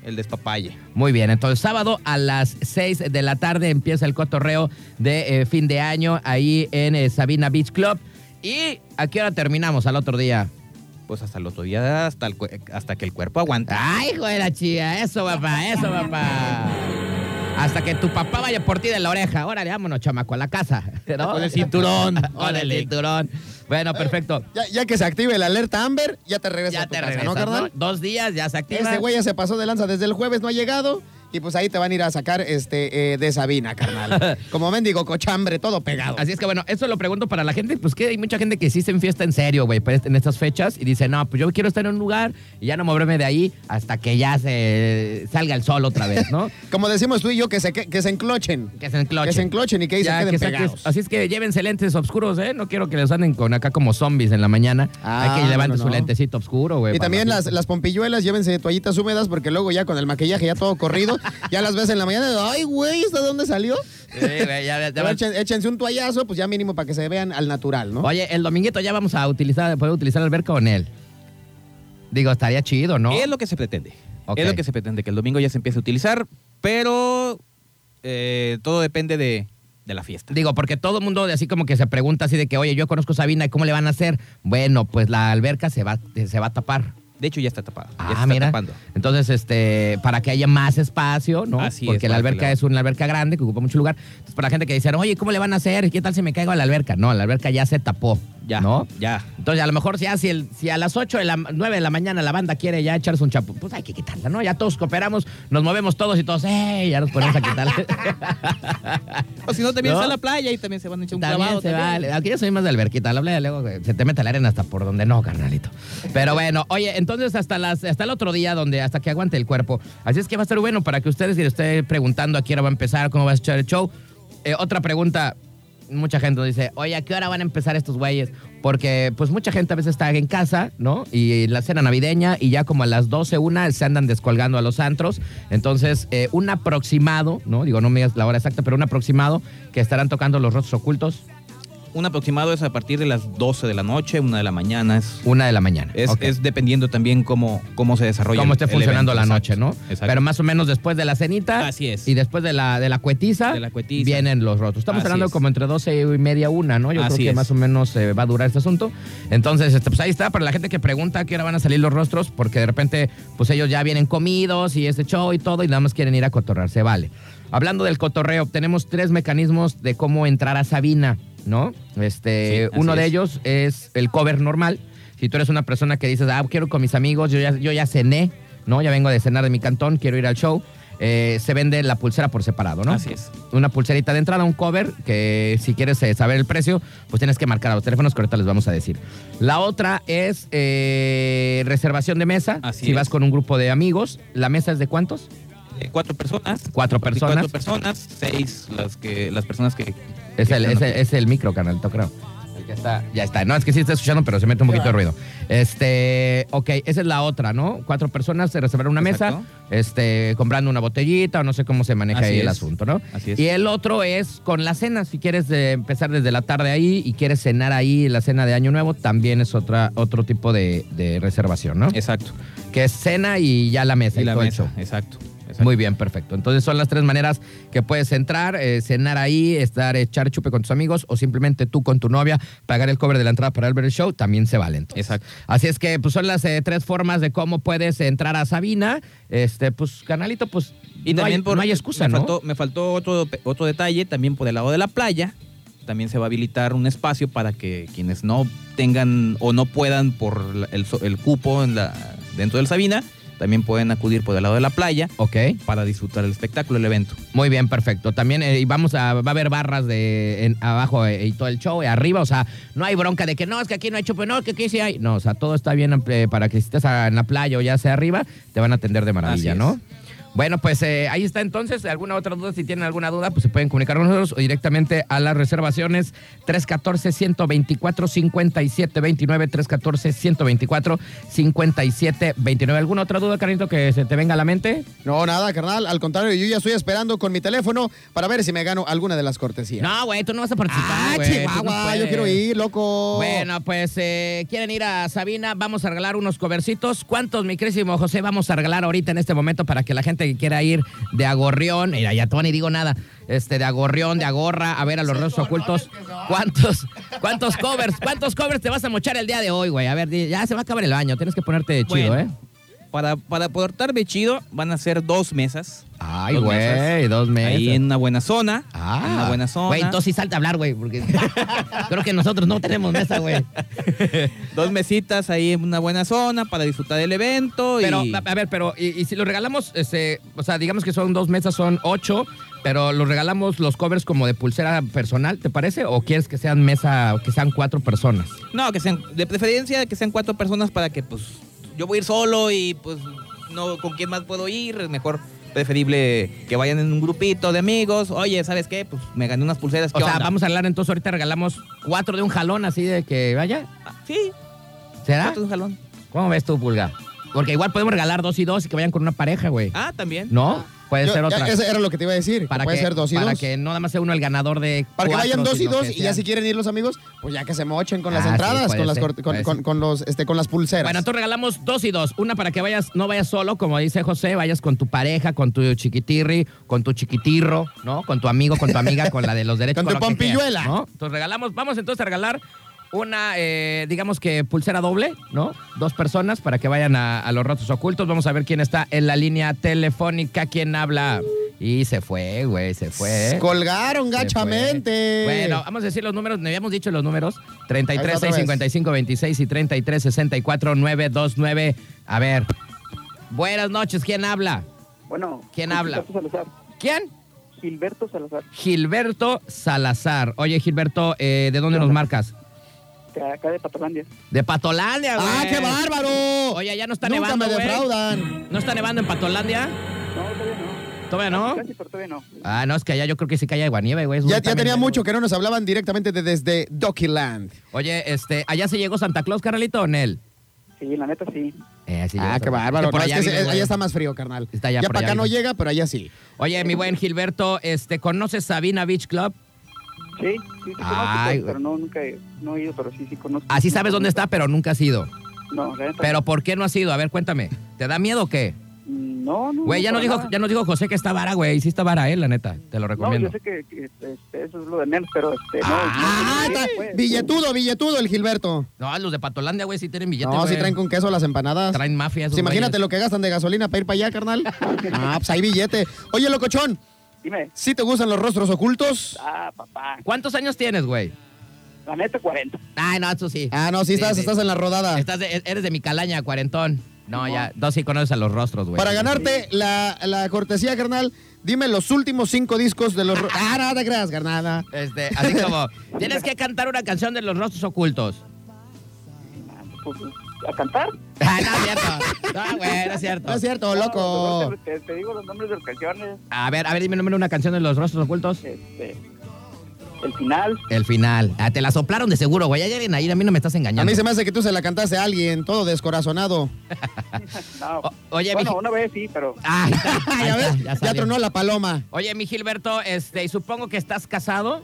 [SPEAKER 7] el despapalle.
[SPEAKER 3] Muy bien, entonces sábado a las 6 de la tarde empieza el cotorreo de eh, fin de año ahí en eh, Sabina Beach Club. ¿Y a qué hora terminamos al otro día?
[SPEAKER 7] Pues hasta el otro día, hasta, el cue- hasta que el cuerpo aguante.
[SPEAKER 3] ¡Ay, hijo de la chía! Eso, papá, eso, papá. Hasta que tu papá vaya por ti de la oreja. Órale, vámonos, chamaco, a la casa. ¿no?
[SPEAKER 7] Con el cinturón.
[SPEAKER 3] Con el cinturón. Bueno, perfecto.
[SPEAKER 2] Ya, ya que se active la alerta Amber, ya te regresas
[SPEAKER 3] Ya
[SPEAKER 2] Eh, a tu
[SPEAKER 3] te
[SPEAKER 2] casa,
[SPEAKER 3] regresas,
[SPEAKER 2] ¿no,
[SPEAKER 3] ¿no?
[SPEAKER 2] carnal?
[SPEAKER 3] Dos días, ya se activa.
[SPEAKER 2] Este güey ya se pasó de lanza desde el jueves, no ha llegado. Y pues ahí te van a ir a sacar este eh, de Sabina, carnal. Como mendigo, cochambre, todo pegado.
[SPEAKER 3] Así es que bueno, eso lo pregunto para la gente, pues que hay mucha gente que sí se fiesta en serio, güey, pues, en estas fechas y dice, no, pues yo quiero estar en un lugar y ya no moverme de ahí hasta que ya se salga el sol otra vez, ¿no?
[SPEAKER 2] Como decimos tú y yo, que se, que, que se enclochen.
[SPEAKER 3] Que se enclochen.
[SPEAKER 2] Que se enclochen y que ahí se
[SPEAKER 3] Ya,
[SPEAKER 2] queden
[SPEAKER 3] que saques-
[SPEAKER 2] pegados.
[SPEAKER 3] Así es que llévense lentes oscuros, ¿eh? No quiero que les anden con acá como zombies en la mañana.
[SPEAKER 2] Ah,
[SPEAKER 3] Hay que levantar
[SPEAKER 2] no,
[SPEAKER 3] su
[SPEAKER 2] no.
[SPEAKER 3] lentecito oscuro, güey.
[SPEAKER 2] Y
[SPEAKER 3] para
[SPEAKER 2] también
[SPEAKER 3] la
[SPEAKER 2] las,
[SPEAKER 3] fiesta.
[SPEAKER 2] las pompilluelas, llévense toallitas húmedas porque luego ya con el maquillaje ya todo corrido, ya las ves en la mañana, ay, güey, ¿esta de dónde salió?
[SPEAKER 3] Sí, güey, ya- ya
[SPEAKER 2] Pero
[SPEAKER 3] va-
[SPEAKER 2] echen- échense un toallazo, pues ya mínimo para que se vean al natural, ¿no?
[SPEAKER 3] Oye, el dominguito ya vamos a utilizar, poder utilizar el alberca con él. Digo, estaría chido, ¿no?
[SPEAKER 7] Es lo que se pretende.
[SPEAKER 3] Ok.
[SPEAKER 7] Es lo que se pretende, que el domingo ya se empiece a utilizar, pero eh, todo depende de, de la fiesta.
[SPEAKER 3] Digo, porque todo el mundo de así como que se pregunta así de que, oye, yo conozco a Sabina, ¿cómo le van a hacer? Bueno, pues la alberca se va, se va a tapar.
[SPEAKER 7] De hecho, ya está tapada. ya se
[SPEAKER 3] Ah,
[SPEAKER 7] está
[SPEAKER 3] mira.
[SPEAKER 7] tapando.
[SPEAKER 3] Entonces, este, para que haya más espacio, ¿no?
[SPEAKER 7] Así es,
[SPEAKER 3] Porque la
[SPEAKER 7] para que
[SPEAKER 3] alberca
[SPEAKER 7] la-
[SPEAKER 3] es una alberca grande que ocupa mucho lugar. Entonces, para la gente que dice, oye, ¿cómo le van a hacer? ¿Qué tal si me caigo a la alberca? No, la alberca ya se tapó.
[SPEAKER 7] Ya,
[SPEAKER 3] ¿No?
[SPEAKER 7] ya.
[SPEAKER 3] Entonces, a lo mejor ya si, el- si a las 8 de la 9 de la mañana la banda quiere ya echarse un chapo, pues hay que quitarla, ¿no? Ya todos cooperamos, nos movemos todos y todos, ¡eh! Ya nos ponemos a quitarla.
[SPEAKER 7] O si no, también
[SPEAKER 3] ¿No?
[SPEAKER 7] está la playa y también se van a echar un
[SPEAKER 3] También
[SPEAKER 7] clavado.
[SPEAKER 3] se
[SPEAKER 7] también.
[SPEAKER 3] vale. Aquí yo soy más de alberquita. La playa luego eh, se te mete la arena hasta por donde no, carnalito. Pero bueno, oye, entonces hasta las hasta el otro día donde hasta que aguante el cuerpo. Así es que va a estar bueno para que ustedes y esté preguntando a qué hora va a empezar, cómo va a echar el show. Eh, otra pregunta. Mucha gente nos dice, oye, ¿a qué hora van a empezar estos güeyes? Porque pues mucha gente a veces está en casa, ¿no? Y la cena navideña y ya como a las 12, una se andan descolgando a los antros. Entonces, eh, un aproximado, ¿no? Digo, no me digas la hora exacta, pero un aproximado que estarán tocando los rostros ocultos.
[SPEAKER 7] Un aproximado es a partir de las 12 de la noche, 1 de la mañana. Es,
[SPEAKER 3] Una de la mañana.
[SPEAKER 7] es,
[SPEAKER 3] Ok.
[SPEAKER 7] es dependiendo también cómo, cómo se desarrolla.
[SPEAKER 3] Cómo
[SPEAKER 7] el-
[SPEAKER 3] esté
[SPEAKER 7] el
[SPEAKER 3] funcionando
[SPEAKER 7] evento,
[SPEAKER 3] la noche,
[SPEAKER 7] exacto,
[SPEAKER 3] ¿no?
[SPEAKER 7] Exacto.
[SPEAKER 3] Pero más o menos después de la cenita.
[SPEAKER 7] Así es.
[SPEAKER 3] Y después de la, de la cuetiza.
[SPEAKER 7] De la cuetiza.
[SPEAKER 3] Vienen los rotos. Estamos
[SPEAKER 7] Así
[SPEAKER 3] hablando
[SPEAKER 7] es.
[SPEAKER 3] como entre 12 y media, una, ¿no? Yo
[SPEAKER 7] Así
[SPEAKER 3] creo que
[SPEAKER 7] es.
[SPEAKER 3] más o menos eh, va a durar este asunto. Entonces, este, pues ahí está. Para la gente que pregunta a qué hora van a salir los rostros, porque de repente, pues ellos ya vienen comidos y este show y todo, y nada más quieren ir a cotorrarse, vale. Hablando del cotorreo, tenemos tres mecanismos de cómo entrar a Sabina, ¿no? Este,
[SPEAKER 7] Sí, así
[SPEAKER 3] uno de
[SPEAKER 7] es.
[SPEAKER 3] ellos es el cover normal. Si tú eres una persona que dices, ah, quiero con mis amigos, yo ya, yo ya cené, ¿no? Ya vengo de cenar de mi cantón, quiero ir al show. eh, se vende la pulsera por separado, ¿no?
[SPEAKER 7] Así es.
[SPEAKER 3] Una pulserita de entrada, un cover, que si quieres eh, saber el precio, pues tienes que marcar a los teléfonos que ahorita les vamos a decir. La otra es eh, reservación de mesa.
[SPEAKER 7] Así
[SPEAKER 3] si vas
[SPEAKER 7] es.
[SPEAKER 3] con un grupo de amigos, ¿la mesa es de cuántos?
[SPEAKER 7] Eh, Cuatro personas.
[SPEAKER 3] Cuatro personas.
[SPEAKER 7] Cuatro personas, seis las, que, las personas que...
[SPEAKER 3] Es
[SPEAKER 7] que
[SPEAKER 3] el,
[SPEAKER 7] están
[SPEAKER 3] es el-
[SPEAKER 7] aquí.
[SPEAKER 3] es el micro, canalito, creo. Ya está, ya está. No, es que sí está escuchando, pero se mete un poquito de ruido. Este, ok, esa es la otra, ¿no? Cuatro personas se reservaron una
[SPEAKER 7] Exacto.
[SPEAKER 3] mesa, este, comprando una botellita o no sé cómo se maneja
[SPEAKER 7] Así
[SPEAKER 3] ahí el
[SPEAKER 7] es.
[SPEAKER 3] asunto, ¿no?
[SPEAKER 7] Así es.
[SPEAKER 3] Y el otro es con la cena. Si quieres eh, empezar desde la tarde ahí y quieres cenar ahí la cena de Año Nuevo, también es otra, otro tipo de, de reservación, ¿no?
[SPEAKER 7] Exacto.
[SPEAKER 3] Que es cena y ya la mesa.
[SPEAKER 7] Y
[SPEAKER 3] y
[SPEAKER 7] la
[SPEAKER 3] todo el
[SPEAKER 7] mesa.
[SPEAKER 3] show.
[SPEAKER 7] Exacto. exacto.
[SPEAKER 3] Muy bien, perfecto. Entonces son las tres maneras que puedes entrar, eh, cenar ahí, estar echar chupe con tus amigos o simplemente tú con tu novia, pagar el cover de la entrada para el ver el show, también se valen.
[SPEAKER 7] Exacto.
[SPEAKER 3] Así es que pues son las eh, tres formas de cómo puedes entrar a Sabina. Este, pues canalito, pues
[SPEAKER 7] Y
[SPEAKER 3] no,
[SPEAKER 7] también
[SPEAKER 3] hay,
[SPEAKER 7] por,
[SPEAKER 3] no hay excusa,
[SPEAKER 7] me
[SPEAKER 3] ¿no?
[SPEAKER 7] Faltó, me faltó otro, otro detalle, también por el lado de la playa, también se va a habilitar un espacio para que quienes no tengan o no puedan por la- el, so- el cupo en la, dentro del Sabina, también pueden acudir por el lado de la playa
[SPEAKER 3] Ok,
[SPEAKER 7] para disfrutar el espectáculo, el evento.
[SPEAKER 3] muy bien, perfecto. También eh, y vamos a, va a haber barras de en- abajo eh, y todo el show y arriba, o sea, no hay bronca de que no, es que aquí no hay chupe, no, es que aquí sí hay. No, o sea, todo está bien eh, para que si estás a- en la playa o ya sea arriba, te van a atender de maravilla,
[SPEAKER 7] Así es.
[SPEAKER 3] ¿no? Bueno, pues eh, ahí está entonces. ¿Alguna otra duda? Si tienen alguna duda, pues se pueden comunicar con nosotros o directamente a las reservaciones 314-124-5729, 314-124-5729. ¿Alguna otra duda, Carlito, que se te venga a la mente?
[SPEAKER 2] No, nada, carnal. Al contrario, yo ya estoy esperando con mi teléfono para ver si me gano alguna de las cortesías.
[SPEAKER 3] No, güey, tú no vas a
[SPEAKER 2] ah,
[SPEAKER 3] participar. güey, tú no
[SPEAKER 2] Chihuahua, yo
[SPEAKER 3] puedes.
[SPEAKER 2] quiero ir, loco.
[SPEAKER 3] Bueno, pues eh, quieren ir a Sabina, vamos a regalar unos covercitos. ¿Cuántos, mi querísimo José, vamos a regalar ahorita en este momento para que la gente que quiera ir de Agorrión, mira, ya todavía ni digo nada, este, de Agorrión, de Agorra, a ver a los rostros ocultos? ¿Cuántos, cuántos covers, cuántos covers te vas a mochar el día de hoy, güey? A ver, di- ya se va a acabar el año, tienes que ponerte chido,
[SPEAKER 7] Bueno,
[SPEAKER 3] ¿eh?
[SPEAKER 7] Para, para portarme chido, van a ser dos mesas.
[SPEAKER 3] Ay,
[SPEAKER 7] Dos
[SPEAKER 3] güey,
[SPEAKER 7] mesas.
[SPEAKER 3] dos meses.
[SPEAKER 7] Ahí en una buena zona.
[SPEAKER 3] Ah,
[SPEAKER 7] en una buena zona.
[SPEAKER 3] Güey, entonces sí salta a hablar, güey, porque creo que nosotros no tenemos mesa, güey.
[SPEAKER 7] Dos mesitas ahí en una buena zona para disfrutar del evento.
[SPEAKER 3] Pero,
[SPEAKER 7] y...
[SPEAKER 3] a a ver, pero, y, y si lo regalamos, este, o sea, digamos que son dos mesas, son ocho, pero los regalamos los covers como de pulsera personal, ¿te parece? ¿O quieres que sean mesa, que sean cuatro personas?
[SPEAKER 7] No, que sean, de preferencia que sean cuatro personas para que pues yo voy a ir solo y pues no con quién más puedo ir, es mejor preferible que vayan en un grupito de amigos. Oye, ¿sabes qué? Pues me gané unas pulseras.
[SPEAKER 3] O
[SPEAKER 7] ¿qué
[SPEAKER 3] sea,
[SPEAKER 7] onda?
[SPEAKER 3] vamos a hablar entonces, ahorita regalamos cuatro de un jalón, así de que vaya.
[SPEAKER 7] Ah, Sí,
[SPEAKER 3] ¿Será?
[SPEAKER 7] cuatro de un jalón.
[SPEAKER 3] ¿Cómo ves tú, Pulga? Porque igual podemos regalar dos y dos y que vayan con una pareja, güey.
[SPEAKER 7] Ah, también.
[SPEAKER 3] ¿No? Puede
[SPEAKER 2] Yo-
[SPEAKER 3] ser
[SPEAKER 2] ya-
[SPEAKER 3] otra.
[SPEAKER 2] Eso era lo que te iba a decir.
[SPEAKER 3] Para
[SPEAKER 2] Puede
[SPEAKER 3] que,
[SPEAKER 2] ser dos y
[SPEAKER 3] para
[SPEAKER 2] dos.
[SPEAKER 3] que no nada más sea uno el ganador de
[SPEAKER 2] Para que
[SPEAKER 3] cuatro,
[SPEAKER 2] vayan dos y
[SPEAKER 3] sino
[SPEAKER 2] dos
[SPEAKER 3] que
[SPEAKER 2] y ya
[SPEAKER 3] sean-
[SPEAKER 2] si quieren ir los amigos, pues ya que se mochen con las
[SPEAKER 3] Ah, sí,
[SPEAKER 2] entradas,
[SPEAKER 3] puede
[SPEAKER 2] con las
[SPEAKER 3] ser,
[SPEAKER 2] cor- con,
[SPEAKER 3] puede
[SPEAKER 2] con-
[SPEAKER 3] ser.
[SPEAKER 2] con los este con las pulseras.
[SPEAKER 3] Bueno, entonces regalamos dos y dos. Una para que vayas, no vayas solo, como dice José, vayas con tu pareja, con tu chiquitirri, con tu chiquitirro, ¿no? Con tu amigo, con tu amiga, con la de los derechos.
[SPEAKER 2] Con tu
[SPEAKER 3] lo que quieras,
[SPEAKER 2] pompilluela.
[SPEAKER 3] ¿no? Entonces regalamos, vamos entonces a regalar una, eh, digamos que pulsera doble, ¿no? Dos personas para que vayan a, a los ratos ocultos. Vamos a ver quién está en la línea telefónica, quién habla. Y se fue, güey, se fue. ¿eh?
[SPEAKER 2] Colgaron
[SPEAKER 3] Se
[SPEAKER 2] gachamente.
[SPEAKER 3] fue. Bueno, vamos a decir los números, no habíamos dicho los números.
[SPEAKER 2] Ahí
[SPEAKER 3] 33,
[SPEAKER 2] está otra
[SPEAKER 3] 6,
[SPEAKER 2] vez.
[SPEAKER 3] 55, 26 y 33, 64, 9, 2, 9. A ver. Buenas noches, ¿quién habla?
[SPEAKER 8] Bueno.
[SPEAKER 3] ¿Quién
[SPEAKER 8] Gilberto
[SPEAKER 3] habla?
[SPEAKER 8] Salazar.
[SPEAKER 3] ¿Quién?
[SPEAKER 8] Gilberto Salazar,
[SPEAKER 3] Gilberto Salazar. Oye, Gilberto, eh, ¿de dónde nos marcas?
[SPEAKER 8] de acá de Patalandia.
[SPEAKER 3] De Patolandia, güey.
[SPEAKER 2] ¡Ah, qué bárbaro!
[SPEAKER 3] Oye, ya no está
[SPEAKER 2] Nunca
[SPEAKER 3] nevando,
[SPEAKER 2] me
[SPEAKER 3] güey.
[SPEAKER 2] defraudan.
[SPEAKER 3] ¿No está nevando en Patolandia?
[SPEAKER 8] No, todavía no.
[SPEAKER 3] ¿Todavía no?
[SPEAKER 8] Casi, pero todavía no.
[SPEAKER 3] Ah, no, es que allá yo creo que sí cae agua nieve, güey.
[SPEAKER 2] Ya, ya
[SPEAKER 3] También-
[SPEAKER 2] tenía mucho que no nos hablaban directamente de- desde Dokiland.
[SPEAKER 3] Oye, este, ¿allá se llegó Santa Claus, Carlito, o Nel?
[SPEAKER 8] Sí, la neta sí.
[SPEAKER 3] Eh, sí llegó
[SPEAKER 2] ah,
[SPEAKER 3] Santa-
[SPEAKER 2] qué bárbaro.
[SPEAKER 3] Que por
[SPEAKER 2] No, es
[SPEAKER 3] allá
[SPEAKER 2] que se-
[SPEAKER 3] vive, güey.
[SPEAKER 2] allá está más frío, carnal.
[SPEAKER 3] Está allá,
[SPEAKER 2] ya
[SPEAKER 3] por
[SPEAKER 2] para
[SPEAKER 3] allá
[SPEAKER 2] acá no
[SPEAKER 3] vive.
[SPEAKER 2] llega, pero allá sí.
[SPEAKER 3] Oye, mi buen Gilberto, este, ¿conoces Sabina Beach Club?
[SPEAKER 8] Sí, sí, sí conozco,
[SPEAKER 3] Ay,
[SPEAKER 8] pues,
[SPEAKER 3] güey.
[SPEAKER 8] pero no, nunca he, no he ido, pero sí, sí conozco.
[SPEAKER 3] Así sabes dónde está, pero nunca has ido.
[SPEAKER 8] No, la neta.
[SPEAKER 3] Pero ¿por qué no has ido? A ver, cuéntame. ¿Te da miedo o qué?
[SPEAKER 8] No, no.
[SPEAKER 3] Güey, ya
[SPEAKER 8] no
[SPEAKER 3] nos dijo, ya nos dijo José que está vara, güey. Y sí está vara, eh, la neta. Te lo recomiendo.
[SPEAKER 8] No, yo sé que, que, este, eso es lo de menos, pero este, no.
[SPEAKER 2] Ah,
[SPEAKER 8] no,
[SPEAKER 2] está-
[SPEAKER 8] pues.
[SPEAKER 2] billetudo, billetudo el Gilberto.
[SPEAKER 3] No, los de Patolandia, güey, sí tienen billetes.
[SPEAKER 2] no, si
[SPEAKER 3] güey.
[SPEAKER 2] traen con queso las empanadas.
[SPEAKER 3] Traen mafia.
[SPEAKER 2] Sí, imagínate lo que gastan de gasolina para ir para allá, carnal. Ah, pues hay billete. Oye, locochón,
[SPEAKER 8] Dime.
[SPEAKER 2] ¿sí te gustan los rostros ocultos?
[SPEAKER 8] Ah, papá.
[SPEAKER 3] ¿Cuántos años tienes, güey?
[SPEAKER 8] La neta, 40.
[SPEAKER 3] Ay, no, eso sí.
[SPEAKER 2] Ah, no, sí, Ah, estás,
[SPEAKER 3] sí.
[SPEAKER 2] estás en la rodada.
[SPEAKER 3] Estás de- eres de mi calaña, cuarentón. No, ya, dos Pues sí conoces a los rostros, güey.
[SPEAKER 2] Para ganarte la, la cortesía, carnal, dime los últimos cinco discos de los... ro- Ah, nada, gracias, carnal. nada.
[SPEAKER 3] Este, así como, tienes que cantar una canción de los rostros ocultos.
[SPEAKER 8] Ah, pues, ¿A cantar?
[SPEAKER 3] Ah, no es cierto. No, güey, no es cierto.
[SPEAKER 2] No es cierto,
[SPEAKER 8] No,
[SPEAKER 2] loco.
[SPEAKER 8] pues, Te, te digo los nombres de las canciones.
[SPEAKER 3] A ver, a ver, dime el nombre de una canción de los rostros ocultos.
[SPEAKER 8] Este, el final.
[SPEAKER 3] El final. Ah, te la soplaron de seguro, güey. Ayer en ahí, a mí no me estás engañando.
[SPEAKER 2] A mí se me hace que tú se la cantaste a alguien, todo descorazonado.
[SPEAKER 8] No.
[SPEAKER 3] O- oye,
[SPEAKER 8] bueno,
[SPEAKER 3] mi-
[SPEAKER 8] una vez sí, pero
[SPEAKER 3] Ah, ahí
[SPEAKER 2] Ya
[SPEAKER 3] está,
[SPEAKER 2] ves,
[SPEAKER 3] ya
[SPEAKER 2] ya,
[SPEAKER 3] salió.
[SPEAKER 2] tronó la paloma.
[SPEAKER 3] Oye, mi Gilberto, este, y supongo que estás casado,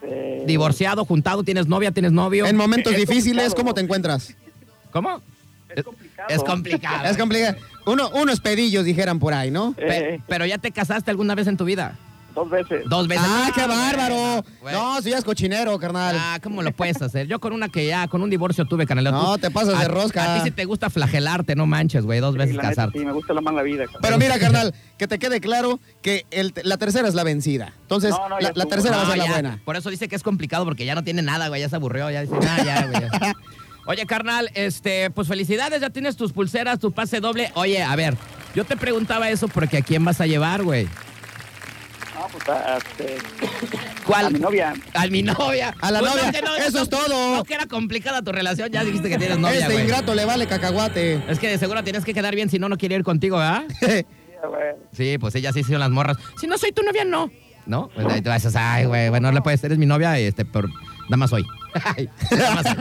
[SPEAKER 8] este,
[SPEAKER 3] divorciado, juntado, tienes novia, tienes novio.
[SPEAKER 2] En momentos
[SPEAKER 8] Es
[SPEAKER 2] difíciles,
[SPEAKER 8] complicado.
[SPEAKER 2] ¿cómo te encuentras?
[SPEAKER 3] ¿Cómo?
[SPEAKER 8] es complicado.
[SPEAKER 3] Es complicado.
[SPEAKER 2] Es complicado. Uno, unos pedillos, dijeran por ahí, ¿no?
[SPEAKER 3] Pe-
[SPEAKER 8] Eh,
[SPEAKER 3] pero ya te casaste alguna vez en tu vida.
[SPEAKER 8] dos veces.
[SPEAKER 3] Dos veces.
[SPEAKER 2] ¡Ah, qué
[SPEAKER 3] güey,
[SPEAKER 2] bárbaro!
[SPEAKER 3] güey.
[SPEAKER 2] No, si ya es cochinero, carnal.
[SPEAKER 3] Ah, ¿cómo lo puedes hacer? Yo con una que ya, con un divorcio tuve, canal.
[SPEAKER 2] No, te pasas de rosca.
[SPEAKER 3] A ti sí te gusta flagelarte, no manches, güey, dos
[SPEAKER 8] Sí,
[SPEAKER 3] veces
[SPEAKER 8] la neta,
[SPEAKER 3] casarte.
[SPEAKER 8] sí, me gusta la mala vida. cabrón.
[SPEAKER 2] Pero mira, carnal, que te quede claro que el- la tercera es la vencida. Entonces,
[SPEAKER 8] No, no, ya
[SPEAKER 2] la, la
[SPEAKER 8] estuvo.
[SPEAKER 2] tercera va a
[SPEAKER 3] No,
[SPEAKER 2] ser la
[SPEAKER 3] ya.
[SPEAKER 2] buena.
[SPEAKER 3] Por eso dice que es complicado porque ya no tiene nada, güey. Ya se aburrió, ya dice, "Nah, ya, güey, ya". Oye, carnal, este, pues felicidades, ya tienes tus pulseras, tu pase doble. Oye, a ver, yo te preguntaba eso porque ¿a quién vas a llevar, güey?
[SPEAKER 9] Ah,
[SPEAKER 8] No, pues a, a- este,
[SPEAKER 3] ¿Cuál?
[SPEAKER 8] a mi novia.
[SPEAKER 3] A mi novia.
[SPEAKER 2] A la
[SPEAKER 3] Pues,
[SPEAKER 2] novia.
[SPEAKER 3] es que
[SPEAKER 2] Eso es todo.
[SPEAKER 3] No, que era complicada tu relación, ya dijiste que tienes novia,
[SPEAKER 2] este
[SPEAKER 3] güey.
[SPEAKER 2] ingrato le vale cacahuate.
[SPEAKER 3] Es que de seguro tienes que quedar bien, si no, no quiere ir contigo, ¿verdad?
[SPEAKER 8] Sí, A a ver.
[SPEAKER 3] Sí, pues ellas sí son las morras. Si no soy tu novia, no. ¿No? Pues ahí tú dices, ay, güey, bueno, no le puedes, eres mi novia, este, pero nada más hoy. Ay, nada más hoy.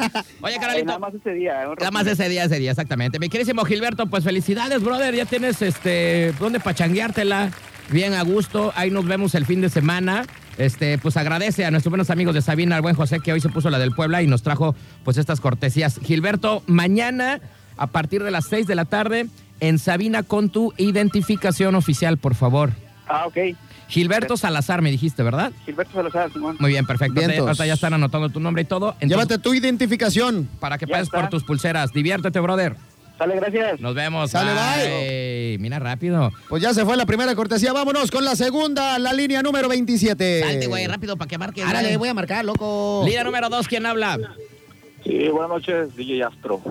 [SPEAKER 3] Oye,
[SPEAKER 8] Eh, nada
[SPEAKER 3] Carolito.
[SPEAKER 8] más ese día. eh, un
[SPEAKER 3] Nada más
[SPEAKER 8] ratito.
[SPEAKER 3] ese día, ese día, exactamente. Mi querísimo Gilberto, pues felicidades, brother. Ya tienes este dónde pachangueártela. Bien a gusto. Ahí nos vemos el fin de semana. Este, pues agradece a nuestros buenos amigos de Sabina, al buen José, que hoy se puso la del Puebla y nos trajo pues estas cortesías. Gilberto, mañana a partir de las 6 de la tarde en Sabina con tu identificación oficial, por favor.
[SPEAKER 8] Ah, ok.
[SPEAKER 3] Gilberto Salazar, me dijiste, ¿verdad?
[SPEAKER 8] Gilberto Salazar, Simón.
[SPEAKER 3] Muy bien, perfecto. Ahorita-
[SPEAKER 2] Vientos.
[SPEAKER 3] ahorita ya están anotando tu nombre y todo. Entonces,
[SPEAKER 2] Llévate tu identificación.
[SPEAKER 3] para que
[SPEAKER 8] Ya
[SPEAKER 3] pases por
[SPEAKER 8] está.
[SPEAKER 3] tus pulseras. Diviértete, brother.
[SPEAKER 8] Sale, gracias.
[SPEAKER 3] Nos vemos.
[SPEAKER 2] Sale,
[SPEAKER 3] Bye. Mira rápido.
[SPEAKER 2] Pues ya se fue la primera cortesía. Vámonos con la segunda, la línea número 27.
[SPEAKER 3] rápido para que marque.
[SPEAKER 2] Ahora le voy a marcar, loco.
[SPEAKER 3] Línea número dos, ¿quién habla?
[SPEAKER 9] Sí, buenas noches, DJ Astro.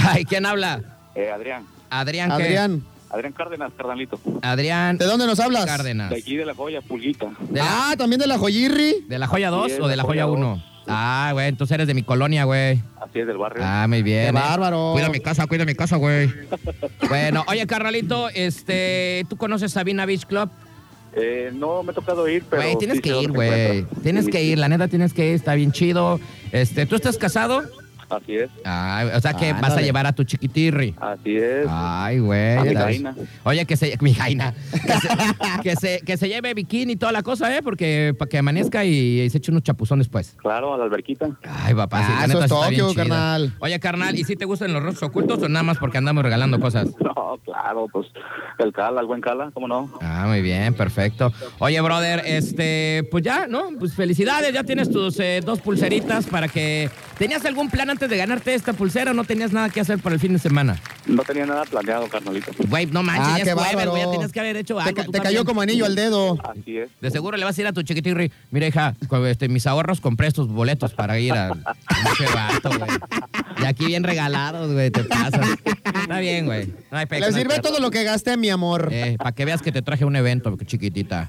[SPEAKER 3] Ay, ¿quién habla?
[SPEAKER 9] Eh, Adrián,
[SPEAKER 3] Adrián. ¿qué?
[SPEAKER 2] Adrián,
[SPEAKER 9] Adrián Cárdenas, carnalito.
[SPEAKER 3] Adrián
[SPEAKER 2] ¿de dónde nos hablas?
[SPEAKER 3] Cárdenas.
[SPEAKER 9] De aquí de la joya, Pulguita.
[SPEAKER 3] De la,
[SPEAKER 2] Ah, también de la joyirri.
[SPEAKER 3] ¿de la joya 2
[SPEAKER 9] Sí,
[SPEAKER 3] o de la joya 1?
[SPEAKER 9] dos.
[SPEAKER 3] Ah, güey, entonces eres de mi colonia, güey.
[SPEAKER 9] Así es del barrio.
[SPEAKER 3] Ah, muy bien.
[SPEAKER 2] Qué
[SPEAKER 3] eh.
[SPEAKER 2] bárbaro.
[SPEAKER 3] Cuida mi casa, cuida mi casa, güey. bueno, oye, carnalito, este, ¿tú conoces Sabina Beach Club?
[SPEAKER 9] Eh, no me ha tocado ir, pero.
[SPEAKER 3] Güey, tienes
[SPEAKER 9] sí sé
[SPEAKER 3] que ir,
[SPEAKER 9] dónde se
[SPEAKER 3] güey.
[SPEAKER 9] encuentra.
[SPEAKER 3] Tienes
[SPEAKER 9] Sí,
[SPEAKER 3] que ir, la neta tienes que ir, está bien chido. Este, ¿tú estás casado?
[SPEAKER 9] Así es,
[SPEAKER 3] Ah, o sea que vas a
[SPEAKER 2] Ándale.
[SPEAKER 3] llevar a tu chiquitirri.
[SPEAKER 9] así Ah, es.
[SPEAKER 3] Ay, güey.
[SPEAKER 9] A mi
[SPEAKER 3] las-
[SPEAKER 9] jaina.
[SPEAKER 3] Oye, que se. Mi jaina. Que se, que se, que se lleve bikini y toda la cosa, ¿eh? Porque para que amanezca y, se eche unos chapuzón después.
[SPEAKER 9] Claro, a la alberquita.
[SPEAKER 3] Ay, papá. sí,
[SPEAKER 2] Ah,
[SPEAKER 3] la
[SPEAKER 2] eso
[SPEAKER 3] neta
[SPEAKER 2] es
[SPEAKER 3] sí está bien
[SPEAKER 2] Tokio,
[SPEAKER 3] chido.
[SPEAKER 2] carnal.
[SPEAKER 3] Oye, carnal, ¿y si te gustan los rostros ocultos o nada más porque andamos regalando cosas?
[SPEAKER 9] No, claro, pues el Cala, el buen Cala, ¿cómo no?
[SPEAKER 3] Ah, muy bien, perfecto. Oye, brother, este, pues ya, ¿no? Pues felicidades, ya tienes tus eh, dos pulseritas para que. ¿Tenías algún plan antes de ganarte esta pulsera o no tenías nada que hacer para el fin de semana?
[SPEAKER 9] No tenía nada planeado, carnalito.
[SPEAKER 3] Güey, no
[SPEAKER 2] Ah,
[SPEAKER 3] manches, ya
[SPEAKER 2] qué
[SPEAKER 3] es jueves,
[SPEAKER 2] bárbaro.
[SPEAKER 3] güey, ya tenías que haber hecho
[SPEAKER 2] Te,
[SPEAKER 3] algo.
[SPEAKER 2] ca-
[SPEAKER 3] tú
[SPEAKER 2] te cayó
[SPEAKER 3] también.
[SPEAKER 2] como anillo al dedo.
[SPEAKER 9] Así es.
[SPEAKER 3] De seguro le vas a ir a tu chiquitirri. Mira, hija, con este, mis ahorros compré estos boletos para ir a. Qué vato, güey. Y aquí bien regalados, güey, te pasas. Está bien, güey. No hay peca,
[SPEAKER 2] Le
[SPEAKER 3] no hay
[SPEAKER 2] sirve
[SPEAKER 3] peca.
[SPEAKER 2] todo lo que gasté, mi amor.
[SPEAKER 3] Eh, para que veas que te traje un evento, chiquitita.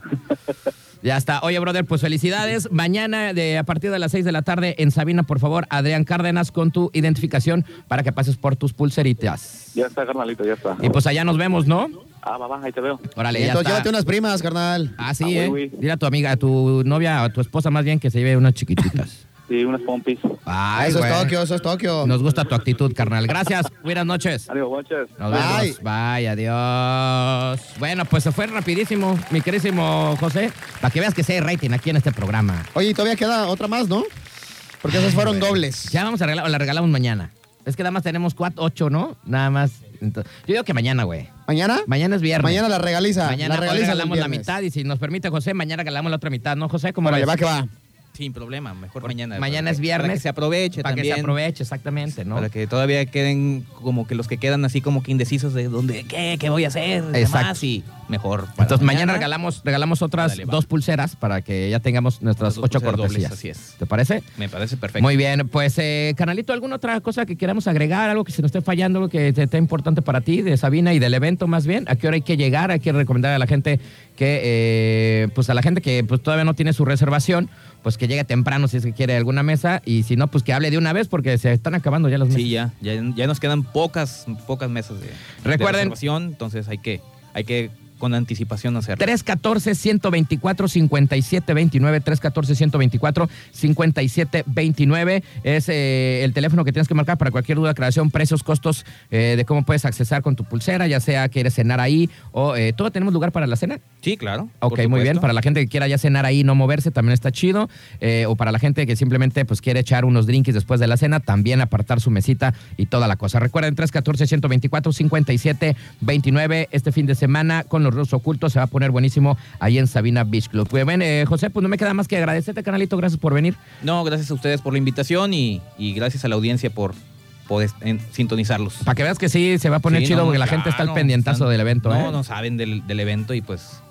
[SPEAKER 3] Ya está. Oye, brother, pues felicidades. Mañana de, a partir de las 6 de la tarde en Sabina, por favor, Adrián Cárdenas con tu identificación para que pases por tus pulseritas.
[SPEAKER 9] Ya está, carnalito, ya está.
[SPEAKER 3] Y pues allá nos vemos, ¿no?
[SPEAKER 9] Ah, va, va, ahí te veo.
[SPEAKER 3] Órale, ya
[SPEAKER 2] Entonces,
[SPEAKER 3] está.
[SPEAKER 2] llévate unas primas, carnal.
[SPEAKER 3] Ah, sí,
[SPEAKER 9] Ah,
[SPEAKER 3] ¿eh?
[SPEAKER 9] güey, güey.
[SPEAKER 3] Dile a tu amiga, a tu novia, a tu esposa más bien, que se lleve unas chiquititas.
[SPEAKER 9] Sí, unas pompis.
[SPEAKER 3] Ay,
[SPEAKER 2] eso es
[SPEAKER 3] güey.
[SPEAKER 2] Tokio, eso es Tokio.
[SPEAKER 3] Nos gusta tu actitud, carnal. Gracias. Buenas noches.
[SPEAKER 9] Ánimo, buenas noches.
[SPEAKER 3] Nos vemos. Bye, adiós. Bueno, pues se fue rapidísimo, mi querísimo José, para que veas que sí hay rating aquí en este programa.
[SPEAKER 2] Oye, y todavía queda otra más, ¿no? Porque esas fueron dobles.
[SPEAKER 3] Ya vamos a regalar, o la regalamos mañana. Es que nada más tenemos cuatro, ocho, ¿no? Nada más. Ento- yo digo que mañana, güey.
[SPEAKER 2] ¿Mañana?
[SPEAKER 3] Mañana es viernes.
[SPEAKER 2] Mañana la regaliza.
[SPEAKER 3] Mañana
[SPEAKER 2] la
[SPEAKER 3] hoy
[SPEAKER 2] regaliza el
[SPEAKER 3] regalamos la
[SPEAKER 2] viernes.
[SPEAKER 3] mitad y si nos permite José, mañana regalamos la otra mitad, ¿no, José? ¿Cómo
[SPEAKER 2] Órale,
[SPEAKER 3] ves?
[SPEAKER 2] va que va.
[SPEAKER 7] Sin problema, mejor mañana.
[SPEAKER 3] Mañana
[SPEAKER 7] Para
[SPEAKER 3] es
[SPEAKER 7] que-
[SPEAKER 3] viernes.
[SPEAKER 7] Para que se aproveche
[SPEAKER 3] Para
[SPEAKER 7] también.
[SPEAKER 3] que se aproveche, exactamente, ¿no?
[SPEAKER 7] Para que todavía queden como que los que quedan así como que indecisos de dónde, qué, qué voy a hacer, y
[SPEAKER 3] Exacto.
[SPEAKER 7] demás, y mejor. para
[SPEAKER 3] Entonces mañana regalamos, regalamos otras
[SPEAKER 7] Ándale, va.
[SPEAKER 3] dos pulseras para que ya tengamos nuestras
[SPEAKER 7] Dos
[SPEAKER 3] ocho
[SPEAKER 7] pulseras dobles,
[SPEAKER 3] cortesías.
[SPEAKER 7] así es.
[SPEAKER 3] ¿Te parece?
[SPEAKER 7] Me parece perfecto.
[SPEAKER 3] Muy bien, pues eh, Canalito, ¿alguna otra cosa que queramos agregar? Algo que se nos esté fallando, algo que te- esté importante para ti, de Sabina y del evento más bien. ¿A qué hora hay que llegar? Hay que recomendar a la gente que, eh, pues a la gente que pues, todavía no tiene su reservación, pues que llegue temprano si es que quiere alguna mesa y si no, pues que hable de una vez porque se están acabando ya las mesas.
[SPEAKER 7] Sí, ya, ya, ya nos quedan pocas, pocas mesas de, de
[SPEAKER 3] Recuerden-
[SPEAKER 7] reservación, entonces hay que, hay que con anticipación hacerlo.
[SPEAKER 3] 314-124-5729. 314-124-5729 es eh, el teléfono que tienes que marcar para cualquier duda, aclaración, precios, costos eh, de cómo puedes accesar con tu pulsera, ya sea quieres cenar ahí o eh, todo tenemos lugar para la cena.
[SPEAKER 7] Sí, claro.
[SPEAKER 3] Ok,
[SPEAKER 7] por
[SPEAKER 3] muy
[SPEAKER 7] supuesto.
[SPEAKER 3] bien. Para la gente que quiera ya cenar ahí y no moverse, también está chido. Eh, o para la gente que simplemente pues, quiere echar unos drinks después de la cena, también apartar su mesita y toda la cosa. Recuerden, 314-124-5729. Este fin de semana con los rusos ocultos se va a poner buenísimo ahí en Sabina Beach Club. Pues, ven, eh, José, pues no me queda más que agradecerte, canalito. Gracias por venir.
[SPEAKER 7] No, gracias a ustedes por la invitación y, y gracias a la audiencia por, por est- en- sintonizarlos.
[SPEAKER 3] Para que veas que sí se va a poner
[SPEAKER 7] Sí,
[SPEAKER 3] chido
[SPEAKER 7] no,
[SPEAKER 3] porque la
[SPEAKER 7] claro,
[SPEAKER 3] gente está al pendientazo
[SPEAKER 7] están-
[SPEAKER 3] del evento.
[SPEAKER 7] No,
[SPEAKER 3] ¿eh?
[SPEAKER 7] no saben del, del evento y pues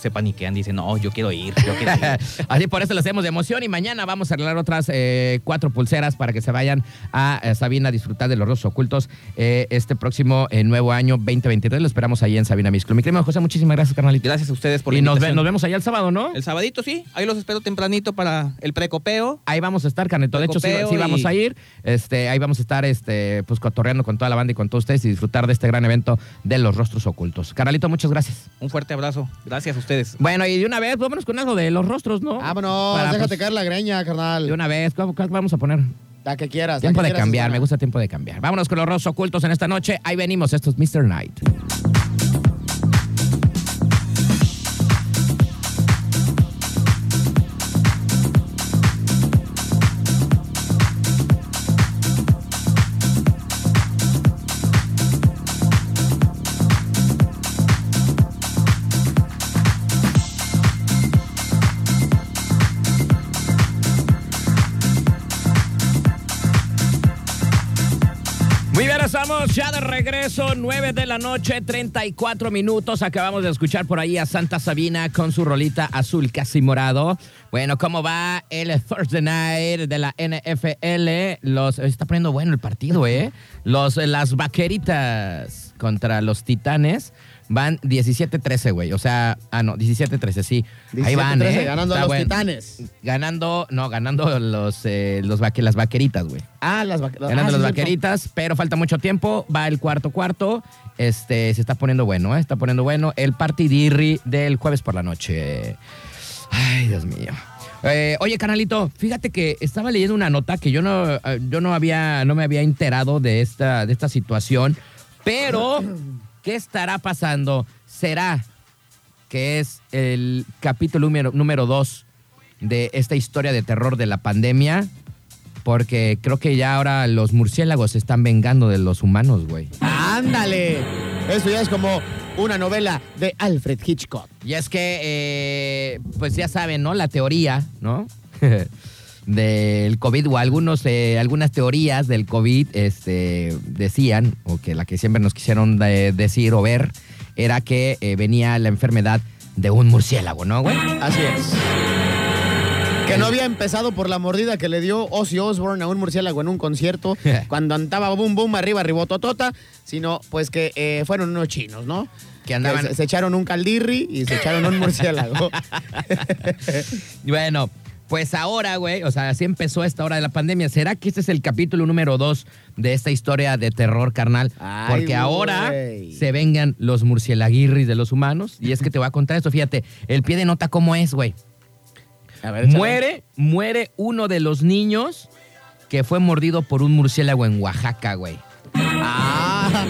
[SPEAKER 7] se paniquean, dicen, no, yo quiero ir, yo quiero ir.
[SPEAKER 3] Así por eso lo hacemos de emoción y mañana vamos a arreglar otras eh, cuatro pulseras para que se vayan a eh, Sabina a disfrutar de los rostros ocultos eh, este próximo eh, nuevo año 2023. Lo esperamos ahí en Sabina Misclo. Mi querido José, muchísimas gracias, carnalito.
[SPEAKER 7] Gracias a ustedes por la
[SPEAKER 3] y nos, ve-
[SPEAKER 7] invitación.
[SPEAKER 3] nos vemos allá el sábado, ¿no?
[SPEAKER 7] El sabadito, sí. Ahí los espero tempranito para el precopeo.
[SPEAKER 3] Ahí vamos a estar, Caneto. De hecho, sí,
[SPEAKER 7] Copeo
[SPEAKER 3] sí vamos
[SPEAKER 7] y-
[SPEAKER 3] a ir. Este, ahí vamos a estar este, pues, cotorreando con toda la banda y con todos ustedes y disfrutar de este gran evento de los rostros ocultos. Carnalito, muchas gracias.
[SPEAKER 7] Un fuerte abrazo. Gracias a ustedes.
[SPEAKER 3] Bueno, y de una vez, vámonos con algo de los rostros, ¿no?
[SPEAKER 2] Vámonos,
[SPEAKER 3] Para,
[SPEAKER 2] déjate
[SPEAKER 3] pues,
[SPEAKER 2] caer la greña,
[SPEAKER 3] De
[SPEAKER 2] carnal.
[SPEAKER 3] una vez, ¿cuál- cuál vamos a poner?
[SPEAKER 2] La que quieras. la
[SPEAKER 3] Tiempo
[SPEAKER 2] que
[SPEAKER 3] de
[SPEAKER 2] quieras es
[SPEAKER 3] cambiar,
[SPEAKER 2] buena.
[SPEAKER 3] me gusta tiempo de cambiar. Vámonos con los rostros ocultos en esta noche. Ahí venimos, esto es Mr. Night. Muy bien, estamos ya de regreso, 9 de la noche, 34 minutos. Acabamos de escuchar por ahí a Santa Sabina con su rolita azul casi morado. Bueno, ¿cómo va el Thursday Night de la NFL? Los, está poniendo bueno el partido, ¿eh? Los, las vaqueritas contra los titanes. Van 17-13, güey. O sea, ah, no, 17-13, sí. Ahí van,
[SPEAKER 2] 17-13,
[SPEAKER 3] ¿eh?
[SPEAKER 2] ganando a
[SPEAKER 3] Está
[SPEAKER 2] los
[SPEAKER 3] bueno.
[SPEAKER 2] titanes.
[SPEAKER 3] Ganando, no, ganando los, eh, los vaque- las vaqueritas, güey.
[SPEAKER 2] Ah, las, vaque- ah, sí,
[SPEAKER 3] Ganando las
[SPEAKER 2] cierto.
[SPEAKER 3] vaqueritas, pero falta mucho tiempo. Va el cuarto cuarto. Este se está poniendo bueno, ¿eh? está poniendo bueno. El partidirri del jueves por la noche. Ay, Dios mío. Eh, oye, canalito, fíjate que estaba leyendo una nota que yo no, eh, yo no había, no me había enterado de esta, de esta situación. Pero, ¿qué estará pasando? ¿Será que es el capítulo número, número dos de esta historia de terror de la pandemia. Porque creo que ya ahora los murciélagos se están vengando de los humanos, güey.
[SPEAKER 2] ¡Ándale! Eso ya es como una novela de Alfred Hitchcock.
[SPEAKER 3] Y es que, eh, pues ya saben, ¿no? La teoría, ¿no? del COVID o algunos, eh, algunas teorías del COVID este, decían, o que la que siempre nos quisieron de- decir o ver, era que eh, venía la enfermedad de un murciélago, ¿no, güey?
[SPEAKER 2] Así es. Que no había empezado por la mordida que le dio Ozzy Osbourne a un murciélago en un concierto cuando andaba boom boom arriba ribototota, sino pues que eh, fueron unos chinos, ¿no?
[SPEAKER 3] Que andaban-
[SPEAKER 2] se, se echaron un caldirri y se echaron un murciélago.
[SPEAKER 3] Y Bueno, pues ahora, güey, o sea, así empezó esta hora de la pandemia. ¿Será que este es el capítulo número dos de esta historia de terror, carnal?
[SPEAKER 2] Ay,
[SPEAKER 3] Porque ahora
[SPEAKER 2] güey.
[SPEAKER 3] se vengan los murcielaguirris de los humanos. Y es que te voy a contar esto, fíjate, el pie de nota cómo es, güey.
[SPEAKER 2] A ver, échale.
[SPEAKER 3] Muere, muere uno de los niños que fue mordido por un murciélago en Oaxaca, güey.
[SPEAKER 2] Ah,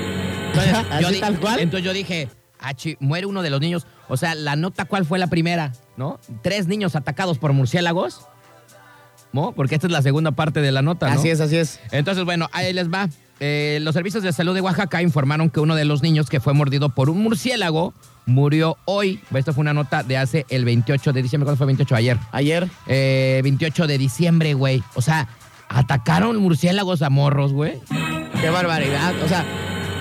[SPEAKER 3] Yo
[SPEAKER 2] así
[SPEAKER 3] di-
[SPEAKER 2] tal cual.
[SPEAKER 3] Entonces yo dije, ah, chi- muere uno de los niños. O sea, la nota cuál fue la primera, ¿no? Tres niños atacados por murciélagos. ¿No? Porque esta es la segunda parte de la nota, ¿no?
[SPEAKER 2] Así es, así es.
[SPEAKER 3] Entonces, bueno, ahí les va. Eh, los servicios de salud de Oaxaca informaron que uno de los niños que fue mordido por un murciélago murió hoy. Esto fue una nota de hace el 28 de diciembre. ¿Cuándo fue 28? Ayer.
[SPEAKER 2] Ayer.
[SPEAKER 3] Eh, 28 de diciembre, güey. O sea, atacaron murciélagos a morros, güey.
[SPEAKER 2] Qué barbaridad. O sea,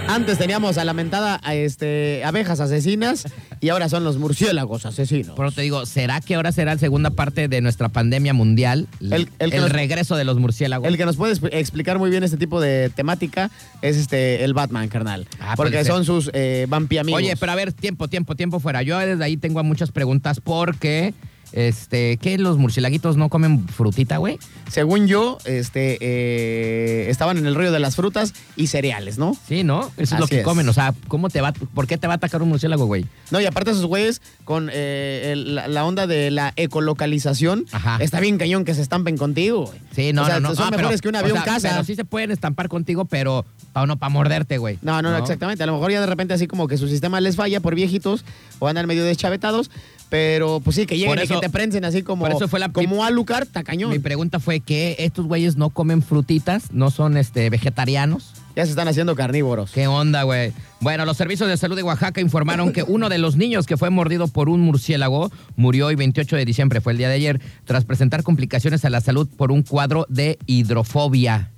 [SPEAKER 2] antes teníamos a la mentada a este, abejas asesinas y ahora son los murciélagos asesinos.
[SPEAKER 3] Por eso te digo, ¿será que ahora será la segunda parte de nuestra pandemia mundial? El,
[SPEAKER 2] El- el que nos-
[SPEAKER 3] regreso de los murciélagos.
[SPEAKER 2] El que nos puede expl- explicar muy bien este tipo de temática es este el Batman, carnal.
[SPEAKER 3] Ah, puede
[SPEAKER 2] porque
[SPEAKER 3] ser.
[SPEAKER 2] son sus eh, vampiamigos.
[SPEAKER 3] Oye, pero a ver, tiempo, tiempo, tiempo fuera. Yo desde ahí tengo muchas preguntas porque, este, ¿qué los murciélaguitos no comen frutita, güey?
[SPEAKER 2] Según yo, este, eh, estaban en el rollo de las frutas y cereales, ¿no?
[SPEAKER 3] Sí, ¿no? Eso es lo
[SPEAKER 2] Así
[SPEAKER 3] que
[SPEAKER 2] es.
[SPEAKER 3] comen. O sea, ¿cómo te va, ¿por qué te va a atacar un murciélago, güey?
[SPEAKER 2] No, y aparte esos güeyes con eh, el- la, la onda de la ecolocalización,
[SPEAKER 3] Ajá.
[SPEAKER 2] está bien cañón que se estampen contigo, güey.
[SPEAKER 3] Sí, no,
[SPEAKER 2] O sea,
[SPEAKER 3] no, no.
[SPEAKER 2] Son
[SPEAKER 3] Ah, pero-
[SPEAKER 2] mejores que un
[SPEAKER 3] o
[SPEAKER 2] avión
[SPEAKER 3] sea,
[SPEAKER 2] casa.
[SPEAKER 3] Pero sí se pueden estampar contigo, pero para no, para morderte, güey.
[SPEAKER 2] No, no, no, exactamente. A lo mejor ya de repente así como que su sistema les falla por viejitos o andan medio deschavetados, pero pues sí, que lleguen
[SPEAKER 3] Por
[SPEAKER 2] y
[SPEAKER 3] eso-
[SPEAKER 2] que te prensen así como,
[SPEAKER 3] por eso fue la-
[SPEAKER 2] como Alucard, tacañón.
[SPEAKER 3] Mi pregunta fue que estos güeyes no comen frutitas, no son este vegetarianos.
[SPEAKER 2] Ya se están haciendo carnívoros.
[SPEAKER 3] ¿Qué onda, güey? Bueno, los servicios de salud de Oaxaca informaron que uno de los niños que fue mordido por un murciélago murió hoy 28 de diciembre, fue el día de ayer, tras presentar complicaciones a la salud por un cuadro de hidrofobia.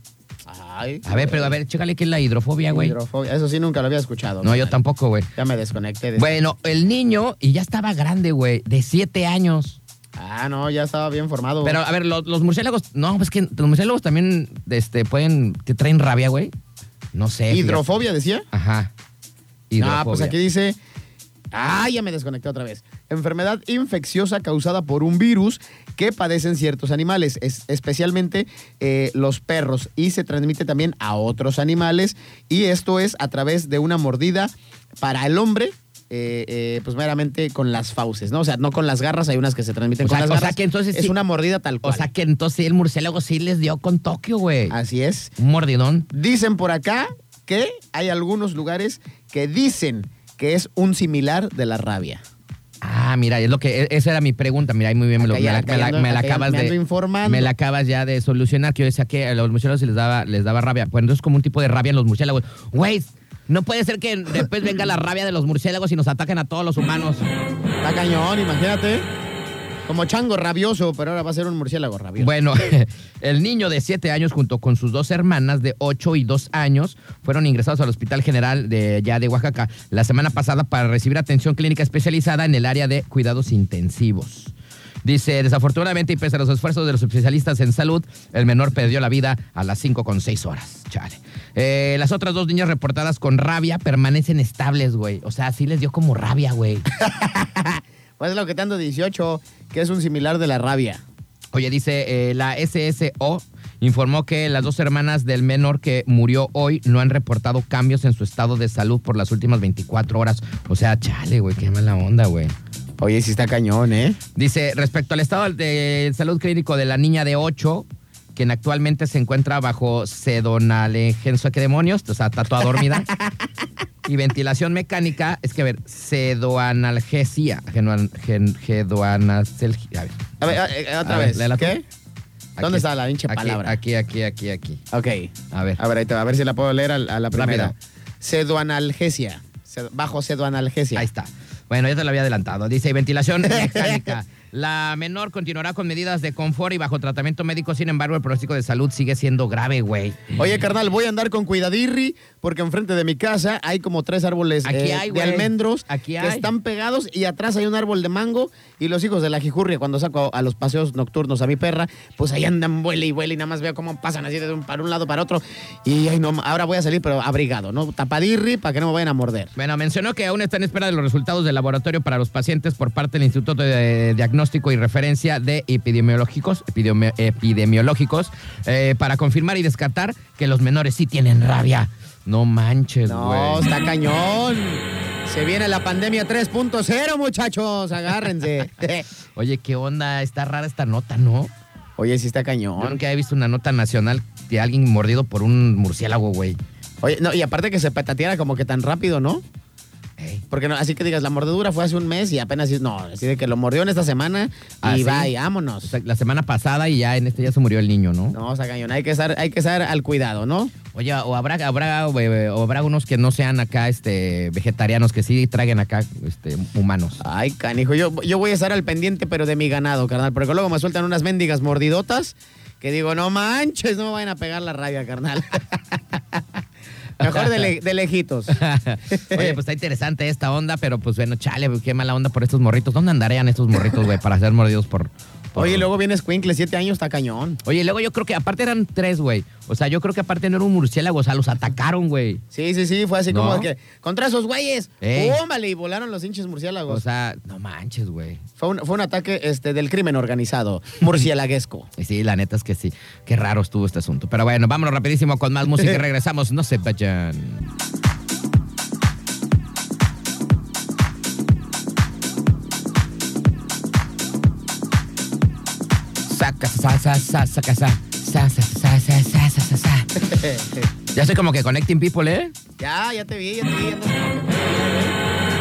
[SPEAKER 2] Ah, Ay.
[SPEAKER 3] A ver, pero a ver, chécale qué es la hidrofobia, güey.
[SPEAKER 2] Hidrofobia. Eso sí nunca lo había escuchado.
[SPEAKER 3] No, yo tampoco, güey.
[SPEAKER 2] Ya me desconecté. de-
[SPEAKER 3] Bueno, el niño, y ya estaba grande, güey, de siete años.
[SPEAKER 2] Ah, no, ya estaba bien formado.
[SPEAKER 3] Pero, eh, a ver, lo- los murciélagos, no, pues que los murciélagos también este, pueden, te traen rabia, güey. No sé. fíjate.
[SPEAKER 2] ¿Hidrofobia decía?
[SPEAKER 3] Ajá. Hidrofobia.
[SPEAKER 2] Ah, pues aquí dice. Ah, ya me desconecté otra vez. Enfermedad infecciosa causada por un virus que padecen ciertos animales, es- especialmente eh, los perros, y se transmite también a otros animales. Y esto es a través de una mordida para el hombre, eh, eh, pues meramente con las fauces, ¿no? O sea, no con las garras, hay unas que se transmiten
[SPEAKER 3] O
[SPEAKER 2] con
[SPEAKER 3] sea-
[SPEAKER 2] las
[SPEAKER 3] o sea
[SPEAKER 2] garras.
[SPEAKER 3] que entonces
[SPEAKER 2] es
[SPEAKER 3] sí-
[SPEAKER 2] una mordida tal
[SPEAKER 3] O
[SPEAKER 2] cual.
[SPEAKER 3] sea que entonces el murciélago sí les dio con Tokio, güey.
[SPEAKER 2] Así es.
[SPEAKER 3] Un mordidón.
[SPEAKER 2] Dicen por acá que hay algunos lugares que dicen que es un similar de la rabia.
[SPEAKER 3] Ah, mira, es lo que, e- esa era mi pregunta. Mira, ahí muy bien me, lo,
[SPEAKER 2] Acá ya-
[SPEAKER 3] me la-
[SPEAKER 2] acá
[SPEAKER 3] me la,
[SPEAKER 2] ya ando-
[SPEAKER 3] me la
[SPEAKER 2] acá ya
[SPEAKER 3] acabas
[SPEAKER 2] me ando
[SPEAKER 3] de.
[SPEAKER 2] informando.
[SPEAKER 3] Me la acabas ya de solucionar. Que yo decía que a los murciélagos se les daba, les daba rabia. Pues entonces es como un tipo de rabia en los murciélagos. Güey, no puede ser que después venga la rabia de los murciélagos y nos ataquen a todos los humanos.
[SPEAKER 2] Está cañón, imagínate. Como chango rabioso, pero ahora va a ser un murciélago rabioso.
[SPEAKER 3] Bueno, el niño de 7 años junto con sus dos hermanas de 8 y 2 años fueron ingresados al Hospital General de ya de Oaxaca la semana pasada para recibir atención clínica especializada en el área de cuidados intensivos. Dice, desafortunadamente y pese a los esfuerzos de los especialistas en salud, el menor perdió la vida a las 5,6 horas. Chale. Eh, las otras dos niñas reportadas con rabia permanecen estables, güey. O sea, sí les dio como rabia, güey.
[SPEAKER 2] Pues es lo que te ando 18, que es un similar de la rabia.
[SPEAKER 3] Oye, dice eh, la SSO informó que las dos hermanas del menor que murió hoy no han reportado cambios en su estado de salud por las últimas 24 horas. O sea, chale, güey, qué mala onda, güey.
[SPEAKER 2] Oye, sí está cañón, ¿eh?
[SPEAKER 3] Dice, respecto al estado de salud clínico de la niña de 8, quien actualmente se encuentra bajo sedonalegenso, ¿qué demonios? O sea, está toda dormida. y ventilación mecánica, es que a ver, sedoanalgesia, genuan- gen- gedoanaselgia. A ver,
[SPEAKER 2] A ver, eh, eh, otra
[SPEAKER 3] A ver,
[SPEAKER 2] vez.
[SPEAKER 3] léela tú.
[SPEAKER 2] ¿Qué? ¿Dónde
[SPEAKER 3] Aquí.
[SPEAKER 2] está la pinche
[SPEAKER 3] Aquí,
[SPEAKER 2] palabra?
[SPEAKER 3] Aquí, aquí, aquí, aquí.
[SPEAKER 2] Ok.
[SPEAKER 3] A ver.
[SPEAKER 2] A ver, ahí te va, a ver si la puedo leer a, la- a la primera.
[SPEAKER 3] Rápido.
[SPEAKER 2] Sedoanalgesia. Sed- bajo sedoanalgesia.
[SPEAKER 3] Ahí está. Bueno, ya te lo había adelantado. Dice, ventilación mecánica. La menor continuará con medidas de confort y bajo tratamiento médico. Sin embargo, el pronóstico de salud sigue siendo grave, güey.
[SPEAKER 2] Oye, carnal, voy a andar con cuidadirri porque enfrente de mi casa hay como tres árboles
[SPEAKER 3] Aquí
[SPEAKER 2] eh,
[SPEAKER 3] hay,
[SPEAKER 2] de
[SPEAKER 3] güey.
[SPEAKER 2] almendros
[SPEAKER 3] Aquí
[SPEAKER 2] que
[SPEAKER 3] hay.
[SPEAKER 2] están pegados y atrás hay un árbol de mango y los hijos de la jijurria cuando saco a los paseos nocturnos a mi perra, pues ahí andan vuela y vuela y nada más veo cómo pasan así de un, para un lado para otro y ay, no, ahora voy a salir pero abrigado, ¿no? Tapadirri para que no me vayan a morder.
[SPEAKER 3] Bueno, mencionó que aún está en espera de los resultados del laboratorio para los pacientes por parte del Instituto de Diagnóstico y Referencia de Epidemiológicos, Epidemio- epidemiológicos eh, para confirmar y descartar que los menores sí tienen rabia. No manches, Pues, güey.
[SPEAKER 2] No, está cañón. Se viene la pandemia 3.0, muchachos, agárrense.
[SPEAKER 3] Oye, ¿qué onda? Está rara esta nota, ¿no?
[SPEAKER 2] Oye, sí está
[SPEAKER 3] Yo
[SPEAKER 2] cañón.
[SPEAKER 3] nunca he visto una nota nacional de alguien mordido por un murciélago, güey.
[SPEAKER 2] Oye, no, y aparte que se petateara como que tan rápido, ¿no?
[SPEAKER 3] Ey.
[SPEAKER 2] Porque no, así que digas, la mordedura fue hace un mes y apenas, no, así de que lo mordió en esta semana
[SPEAKER 3] ¿Ah,
[SPEAKER 2] y
[SPEAKER 3] sí?
[SPEAKER 2] va, y
[SPEAKER 3] O
[SPEAKER 2] vámonos.
[SPEAKER 3] sea, la semana pasada y ya en este ya se murió el niño, ¿no?
[SPEAKER 2] No, o sea, cañón, hay que estar, hay que estar al cuidado, ¿no?
[SPEAKER 3] Oye, o habrá, habrá, güey, o habrá unos que no sean acá este, vegetarianos, que sí traguen acá este, humanos.
[SPEAKER 2] Ay, canijo, yo, yo voy a estar al pendiente, pero de mi ganado, carnal, porque luego me sueltan unas mendigas mordidotas que digo, no manches, no me vayan a pegar la rabia, carnal. Mejor de, le- de lejitos.
[SPEAKER 3] Oye, pues está interesante esta onda, pero pues bueno, chale, güey, qué mala onda por estos morritos. ¿Dónde andarían estos morritos, güey, para ser mordidos por... por-
[SPEAKER 2] Oye, luego vienes Squinkle, siete años, está cañón.
[SPEAKER 3] Oye, luego yo creo que aparte eran tres, güey. O sea, yo creo que aparte no era un murciélago, o sea, los atacaron, güey.
[SPEAKER 2] Sí, sí, sí, fue así
[SPEAKER 3] No.
[SPEAKER 2] como que, contra esos güeyes,
[SPEAKER 3] Ey.
[SPEAKER 2] ¡Ómale! Y volaron los hinches murciélagos.
[SPEAKER 3] O sea, no manches, güey.
[SPEAKER 2] Fue un, fue un ataque este, del crimen organizado, murcielaguesco.
[SPEAKER 3] Y Sí, la neta es que sí. Qué raro estuvo este asunto. Pero bueno, vámonos rapidísimo con más música y regresamos. No se vayan. Saca, sa, sa, sa, saca, sa. Sa, sa, sa, sa, sa, sa, sa, sa. Ya soy como que Connecting People, ¿eh?
[SPEAKER 2] ya, ya te vi, ya te vi. andas como que-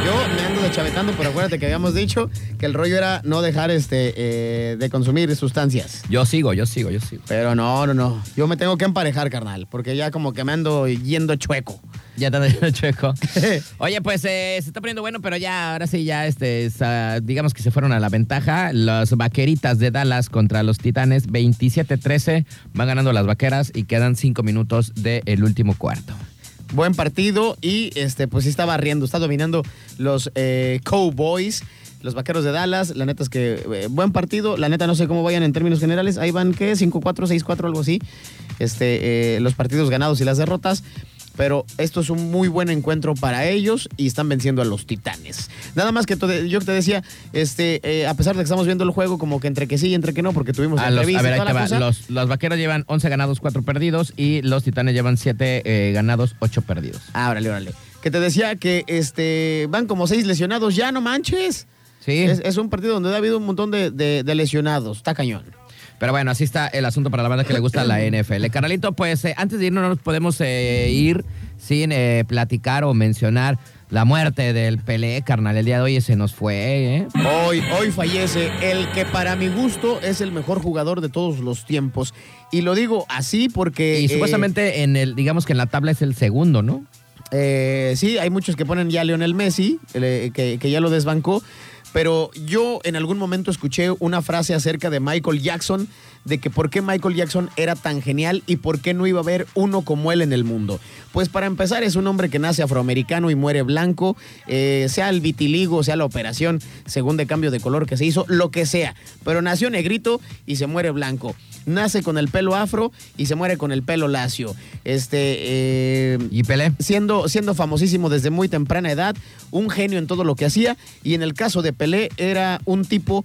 [SPEAKER 2] Yo me ando deschavetando, pero acuérdate que habíamos dicho que el rollo era no dejar este, eh, de consumir sustancias.
[SPEAKER 3] Yo sigo, yo sigo, yo sigo.
[SPEAKER 2] Pero no, no, no. Yo me tengo que emparejar, carnal, porque ya como que me ando yendo chueco.
[SPEAKER 3] Ya te ando yendo chueco. Oye, pues eh, se está poniendo bueno, pero ya, ahora sí, ya, este, sa- digamos que se fueron a la ventaja. Las vaqueritas de Dallas contra los Titanes, 27-13, van ganando las vaqueras y quedan 5 minutos del último cuarto.
[SPEAKER 2] Buen partido y este, pues sí está barriendo, está dominando los eh, Cowboys, los vaqueros de Dallas. La neta es que eh, buen partido. La neta no sé cómo vayan en términos generales. Ahí van, ¿qué? 5-4, 6-4, algo así. Este, eh, los partidos ganados y las derrotas. Pero esto es un muy buen encuentro para ellos y están venciendo a los titanes. Nada más que todo- yo te decía, este, eh, a pesar de que estamos viendo el juego como que entre que sí y entre que no, porque tuvimos la
[SPEAKER 3] A, los,
[SPEAKER 2] Pues, entrevista
[SPEAKER 3] a
[SPEAKER 2] y
[SPEAKER 3] ver, ahí
[SPEAKER 2] toda
[SPEAKER 3] te
[SPEAKER 2] la
[SPEAKER 3] va.
[SPEAKER 2] cosa.
[SPEAKER 3] Los, los vaqueros llevan 11 ganados, 4 perdidos y los Titanes llevan 7 ganados, 8 perdidos.
[SPEAKER 2] Ah, órale, órale. Que te decía que este, van como seis lesionados, ya no manches.
[SPEAKER 3] Sí.
[SPEAKER 2] Es, es un partido donde ha habido un montón de, de- de lesionados. Está cañón.
[SPEAKER 3] Pero bueno, así está el asunto para la banda que le gusta la NFL. Carnalito, pues eh, antes de irnos no nos podemos eh, ir sin eh, platicar o mencionar la muerte del Pelé, carnal. El día de hoy se nos fue, ¿eh?
[SPEAKER 2] Hoy, hoy fallece el que para mi gusto es el mejor jugador de todos los tiempos. Y lo digo así porque...
[SPEAKER 3] Y
[SPEAKER 2] eh,
[SPEAKER 3] supuestamente en el, digamos que en la tabla es el segundo, ¿no?
[SPEAKER 2] eh, sí, hay muchos que ponen ya a Lionel Messi, el, eh, que, que ya lo desbancó. Pero yo en algún momento escuché una frase acerca de Michael Jackson, de que por qué Michael Jackson era tan genial y por qué no iba a haber uno como él en el mundo. Pues para empezar es un hombre que nace afroamericano y muere blanco, eh, sea el vitiligo, sea la operación, según de cambio de color que se hizo, lo que sea. Pero nació negrito y se muere blanco. Nace con el pelo afro y se muere con el pelo lacio. Este... eh,
[SPEAKER 3] Y Pelé.
[SPEAKER 2] siendo, siendo famosísimo desde muy temprana edad, un genio en todo lo que hacía y en el caso de Pelé era un tipo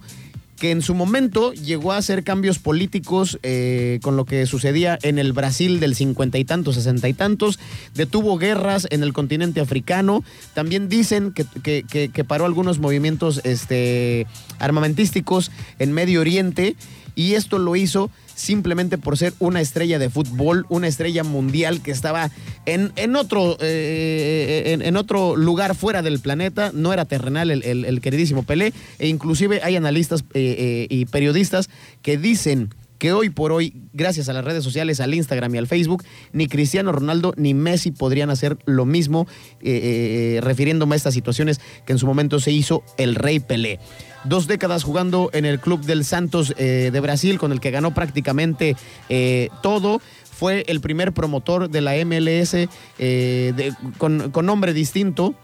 [SPEAKER 2] que en su momento llegó a hacer cambios políticos eh, con lo que sucedía en el Brasil del cincuenta y tantos, sesenta y tantos, detuvo guerras en el continente africano, también dicen que, que- que- que paró algunos movimientos este, armamentísticos en Medio Oriente y esto lo hizo simplemente por ser una estrella de fútbol, una estrella mundial que estaba en, en otro, eh, en, en otro lugar fuera del planeta, no era terrenal el, el- el queridísimo Pelé, e inclusive hay analistas eh, eh, y periodistas que dicen que hoy por hoy, gracias a las redes sociales, al Instagram y al Facebook, ni Cristiano Ronaldo ni Messi podrían hacer lo mismo, eh, eh, refiriéndome a estas situaciones que en su momento se hizo el Rey Pelé. Dos décadas jugando en el club del Santos eh, de Brasil, con el que ganó prácticamente eh, todo. Fue el primer promotor de la MLS eh, de- con, con nombre distinto.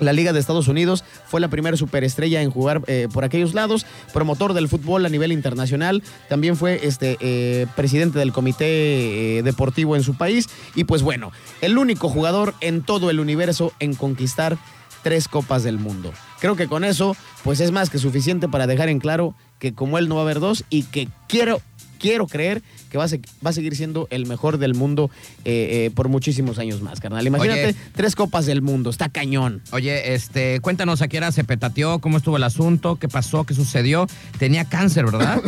[SPEAKER 2] La Liga de Estados Unidos fue la primera superestrella en jugar eh, por aquellos lados, promotor del fútbol a nivel internacional, también fue este, eh, presidente del comité eh, deportivo en su país y pues bueno, el único jugador en todo el universo en conquistar tres copas del mundo. Creo que con eso pues es más que suficiente para dejar en claro que como él no va a haber dos y que quiero, quiero creer que va a, se- va a seguir siendo el mejor del mundo eh, eh, por muchísimos años más, carnal. Imagínate,
[SPEAKER 3] Oye.
[SPEAKER 2] tres copas del mundo, está cañón.
[SPEAKER 3] Oye, este, cuéntanos a qué hora se petateó, cómo estuvo el asunto, qué pasó, qué sucedió. Tenía cáncer, ¿verdad?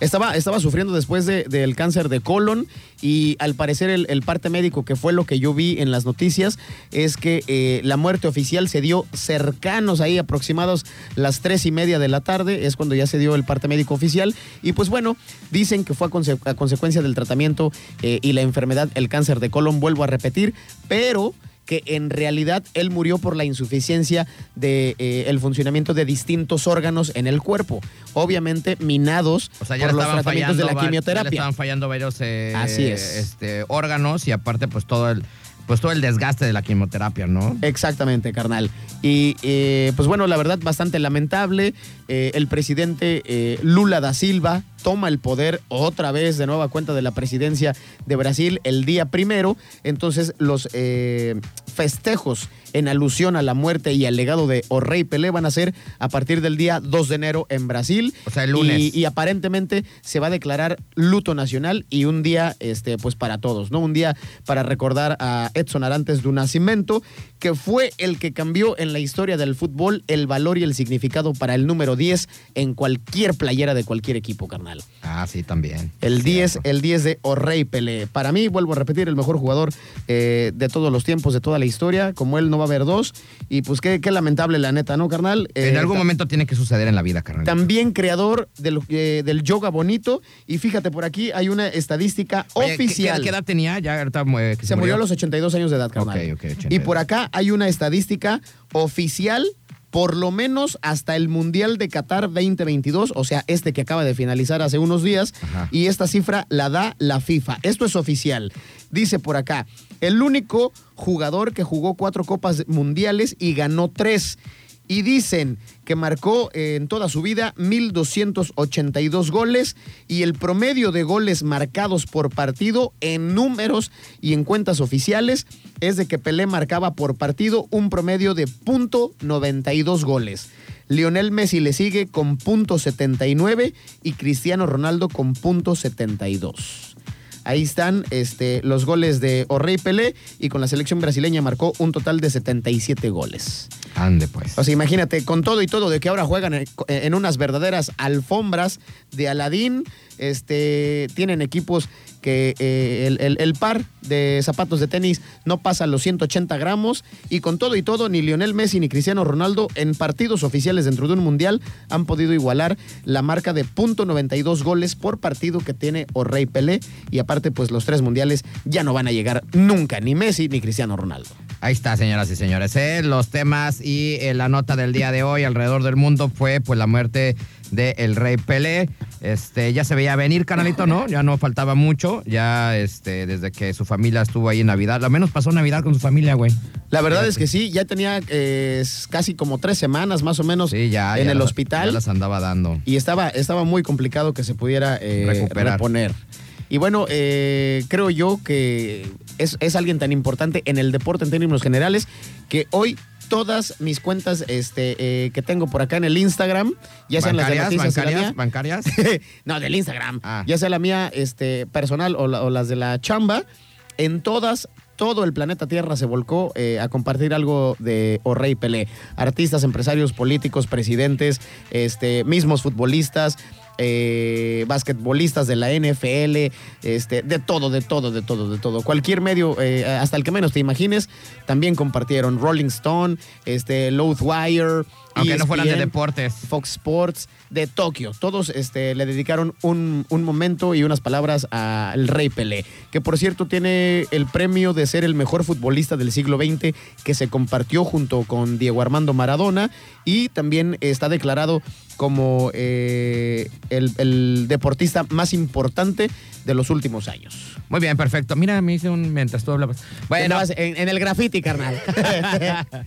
[SPEAKER 2] Estaba, estaba sufriendo después de- del cáncer de colon y al parecer el, el parte médico que fue lo que yo vi en las noticias es que eh, la muerte oficial se dio cercanos ahí aproximados las tres y media de la tarde, es cuando ya se dio el parte médico oficial y pues bueno, dicen que fue a, conse- a consecuencia del tratamiento eh, y la enfermedad, el cáncer de colon, vuelvo a repetir, pero que en realidad él murió por la insuficiencia del de, eh, el funcionamiento de distintos órganos en el cuerpo, obviamente minados
[SPEAKER 3] O sea, ya
[SPEAKER 2] por
[SPEAKER 3] le
[SPEAKER 2] los
[SPEAKER 3] estaban
[SPEAKER 2] tratamientos de
[SPEAKER 3] fallando
[SPEAKER 2] la
[SPEAKER 3] var- ya le
[SPEAKER 2] quimioterapia.
[SPEAKER 3] estaban fallando varios eh,
[SPEAKER 2] Así es.
[SPEAKER 3] este, órganos y aparte pues todo el pues todo el desgaste de la quimioterapia, ¿no?
[SPEAKER 2] Exactamente, carnal. Y eh, pues bueno, la verdad, bastante lamentable. Eh, el presidente eh, Lula da Silva toma el poder otra vez de nueva cuenta de la presidencia de Brasil el día primero. Entonces, los eh, festejos en alusión a la muerte y al legado de O Rei Pelé van a ser a partir del día 2 de enero en Brasil.
[SPEAKER 3] O sea, el lunes.
[SPEAKER 2] Y, y aparentemente se va a declarar luto nacional y un día este pues para todos, ¿no? Un día para recordar a Edson Arantes de un nacimiento que fue el que cambió en la historia del fútbol el valor y el significado para el número 10 en cualquier playera de cualquier equipo, carnal.
[SPEAKER 3] Ah, sí, también.
[SPEAKER 2] El 10,
[SPEAKER 3] Cierto.
[SPEAKER 2] el 10 de Orrey Pelé. Para mí, vuelvo a repetir, el mejor jugador eh, de todos los tiempos, de toda la la historia, como él no va a haber dos. Y pues qué, qué lamentable, la neta, ¿no, carnal?
[SPEAKER 3] En
[SPEAKER 2] Eh,
[SPEAKER 3] algún
[SPEAKER 2] ta-
[SPEAKER 3] momento tiene que suceder en la vida, carnal.
[SPEAKER 2] También creador del, eh, del yoga bonito. Y fíjate, por aquí hay una estadística
[SPEAKER 3] Oye, ¿qué-
[SPEAKER 2] oficial.
[SPEAKER 3] ¿qué, qué edad tenía? Ya ahorita mue- que
[SPEAKER 2] Se murió a los 82 años de edad, carnal.
[SPEAKER 3] Ok, ok, 82.
[SPEAKER 2] Y por acá hay una estadística oficial, por lo menos hasta el Mundial de Qatar 2022, o sea, este que acaba de finalizar hace unos días,
[SPEAKER 3] Ajá.
[SPEAKER 2] y esta cifra la da la FIFA. Esto es oficial. Dice por acá, el único jugador que jugó cuatro copas mundiales y ganó tres. Y dicen que marcó eh, en toda su vida 1.282 goles y el promedio de goles marcados por partido en números y en cuentas oficiales es de que Pelé marcaba por partido un promedio de .92 goles. Lionel Messi le sigue con .79 y Cristiano Ronaldo con .72. Ahí están este, los goles de Orrey Pelé y con la selección brasileña marcó un total de 77 goles.
[SPEAKER 3] Ande, pues.
[SPEAKER 2] O sea, imagínate, con todo y todo, de que ahora juegan en, en unas verdaderas alfombras de Aladín, este, tienen equipos que eh, el, el- el par de zapatos de tenis no pasa los 180 gramos y con todo y todo, ni Lionel Messi ni Cristiano Ronaldo en partidos oficiales dentro de un mundial han podido igualar la marca de .92 goles por partido que tiene Orrey Pelé y aparte pues los tres mundiales ya no van a llegar nunca, ni Messi ni Cristiano Ronaldo.
[SPEAKER 3] Ahí está, señoras y señores. ¿eh? Los temas y eh, la nota del día de hoy alrededor del mundo fue pues la muerte del rey Pelé. Este, ya se veía venir, canalito, ¿no? Ya no faltaba mucho. Ya este, desde que su familia estuvo ahí en Navidad. Al menos pasó Navidad con su familia, güey.
[SPEAKER 2] La verdad es que sí, ya tenía eh, casi como tres semanas más o menos
[SPEAKER 3] Sí, ya.
[SPEAKER 2] en
[SPEAKER 3] ya
[SPEAKER 2] el
[SPEAKER 3] las-
[SPEAKER 2] hospital
[SPEAKER 3] Ya las andaba dando.
[SPEAKER 2] y estaba, estaba muy complicado que se pudiera eh,
[SPEAKER 3] Recuperar.
[SPEAKER 2] reponer. Y bueno, eh, creo yo que es, es alguien tan importante en el deporte en términos generales que hoy todas mis cuentas este, eh, que tengo por acá en el Instagram, ya sean las de
[SPEAKER 3] ¿Bancarias?
[SPEAKER 2] noticias y la mía-
[SPEAKER 3] ¿Bancarias? ¿Bancarias?
[SPEAKER 2] no, del Instagram.
[SPEAKER 3] Ah.
[SPEAKER 2] Ya sea la mía este, personal o, la- o las de la chamba. En todas, todo el planeta Tierra se volcó eh, a compartir algo de Orrey Pelé. Artistas, empresarios, políticos, presidentes, este, mismos futbolistas. eh, basquetbolistas de la NFL, este, de todo, de todo, de todo, de todo. Cualquier medio, eh, hasta el que menos te imagines, también compartieron Rolling Stone, este, E Loathwire,
[SPEAKER 3] Aunque no fueran de
[SPEAKER 2] ESPN,
[SPEAKER 3] deportes.
[SPEAKER 2] Fox Sports de Tokio. Todos este, le dedicaron un, un momento y unas palabras al Rey Pelé, que por cierto tiene el premio de ser el mejor futbolista del siglo XX que se compartió junto con Diego Armando Maradona y también está declarado como eh, el, el deportista más importante de los últimos años.
[SPEAKER 3] Muy bien, perfecto. Mira, me hice un mientras tú hablabas. Bueno,
[SPEAKER 2] Andabas en, en el graffiti, carnal.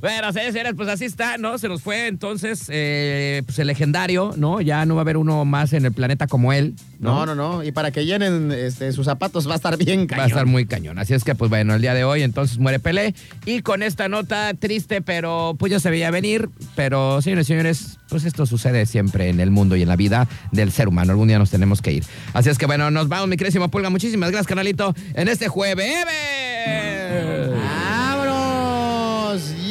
[SPEAKER 3] Bueno, señores, señores, pues así está, ¿no? Se nos fue entonces eh, pues el legendario, ¿no? Ya no va a haber uno más en el planeta como él,
[SPEAKER 2] No,
[SPEAKER 3] ¿no?
[SPEAKER 2] no, no. Y para que llenen este, sus zapatos va a estar bien,
[SPEAKER 3] Va a
[SPEAKER 2] cañón.
[SPEAKER 3] estar muy cañón. Así es que, pues bueno, el día de hoy entonces muere Pelé. Y con esta nota triste, pero pues ya se veía venir. Pero, señores, señores, pues esto sucede siempre en el mundo y en la vida del ser humano. Algún día nos tenemos que ir. Así es que, bueno, nos vamos, mi querísimo Pulga. Muchísimas gracias, canalito, en este jueves.
[SPEAKER 2] Ah. ¡Vámonos!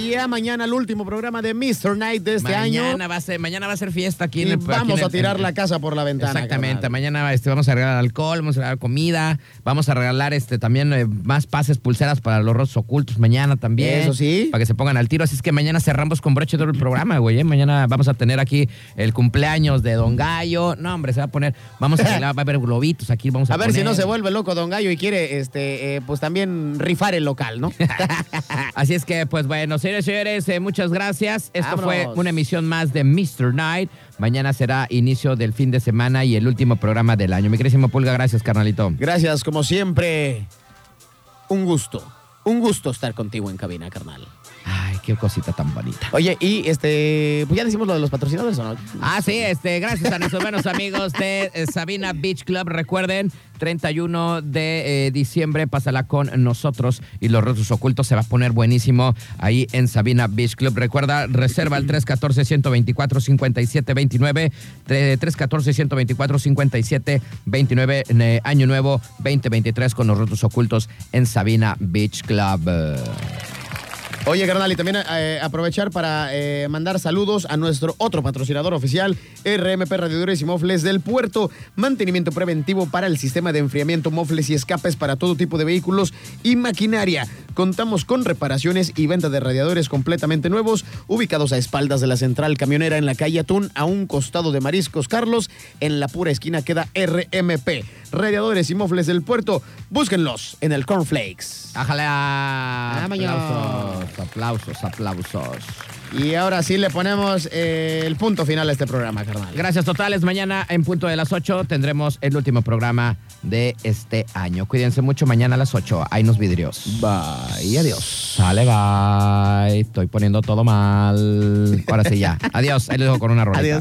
[SPEAKER 2] Ya mañana el último programa de Mr. Night de este
[SPEAKER 3] mañana
[SPEAKER 2] año.
[SPEAKER 3] Va a ser, mañana va a ser fiesta aquí en
[SPEAKER 2] Y
[SPEAKER 3] el aquí
[SPEAKER 2] vamos
[SPEAKER 3] en
[SPEAKER 2] a
[SPEAKER 3] el-
[SPEAKER 2] tirar
[SPEAKER 3] en-
[SPEAKER 2] la casa por la ventana.
[SPEAKER 3] Exactamente.
[SPEAKER 2] carnal.
[SPEAKER 3] Mañana este, vamos a regalar alcohol, vamos a regalar comida, vamos a regalar este también eh, más pases, pulseras para los rostros ocultos mañana también.
[SPEAKER 2] Eso sí.
[SPEAKER 3] Para que se pongan al tiro. Así es que mañana cerramos con broche de oro el programa, güey. ¿eh? Mañana vamos a tener aquí el cumpleaños de Don Gallo. No, hombre, se va a poner. Vamos a arreglar, va a haber globitos aquí. Vamos a,
[SPEAKER 2] A ver si
[SPEAKER 3] poner.
[SPEAKER 2] no se vuelve loco Don Gallo y quiere, este, eh, pues también rifar el local, ¿no?
[SPEAKER 3] Así es que, pues bueno, señores y señores, eh, muchas gracias. Esto
[SPEAKER 2] Vámonos.
[SPEAKER 3] fue una emisión más de Mr. Night. Mañana será inicio del fin de semana y el último programa del año. Mi querísimo Pulga, gracias, carnalito.
[SPEAKER 2] Gracias, como siempre. Un gusto. Un gusto estar contigo en cabina, carnal.
[SPEAKER 3] Ay, qué cosita tan bonita.
[SPEAKER 2] Oye, y este, pues ya decimos lo de los patrocinadores o no.
[SPEAKER 3] Ah, sí, este, gracias a nuestros buenos amigos de eh, Sabina Beach Club. Recuerden, 31 de eh, diciembre, pásala con nosotros y los retos ocultos se va a poner buenísimo ahí en Sabina Beach Club. Recuerda, reserva al 314-124-5729, tre- 314-124-5729, en, eh, año nuevo 2023 con los retos ocultos en Sabina Beach Club.
[SPEAKER 2] Oye, carnal, y también eh, aprovechar para eh, mandar saludos a nuestro otro patrocinador oficial, RMP Radiadores y Mofles del Puerto. Mantenimiento preventivo para el sistema de enfriamiento, mofles y escapes para todo tipo de vehículos y maquinaria. Contamos con reparaciones y venta de radiadores completamente nuevos, ubicados a espaldas de la central camionera en la calle Atún, a un costado de Mariscos Carlos. En la pura esquina queda RMP, Radiadores y Mofles del Puerto. Búsquenlos en el Cornflakes.
[SPEAKER 3] ¡Ájala!
[SPEAKER 2] Vámonos.
[SPEAKER 3] Aplausos, aplausos, aplausos.
[SPEAKER 2] Y ahora sí le ponemos eh, el punto final a este programa, carnal.
[SPEAKER 3] Gracias totales. Mañana en punto de las 8 tendremos el último programa de este año. Cuídense mucho mañana a las 8. Hay unos vidrios. Bye y adiós. Sale, bye. Estoy poniendo todo mal. Ahora sí ya. Adiós. Ahí les dejo con una rolita.
[SPEAKER 2] Adiós.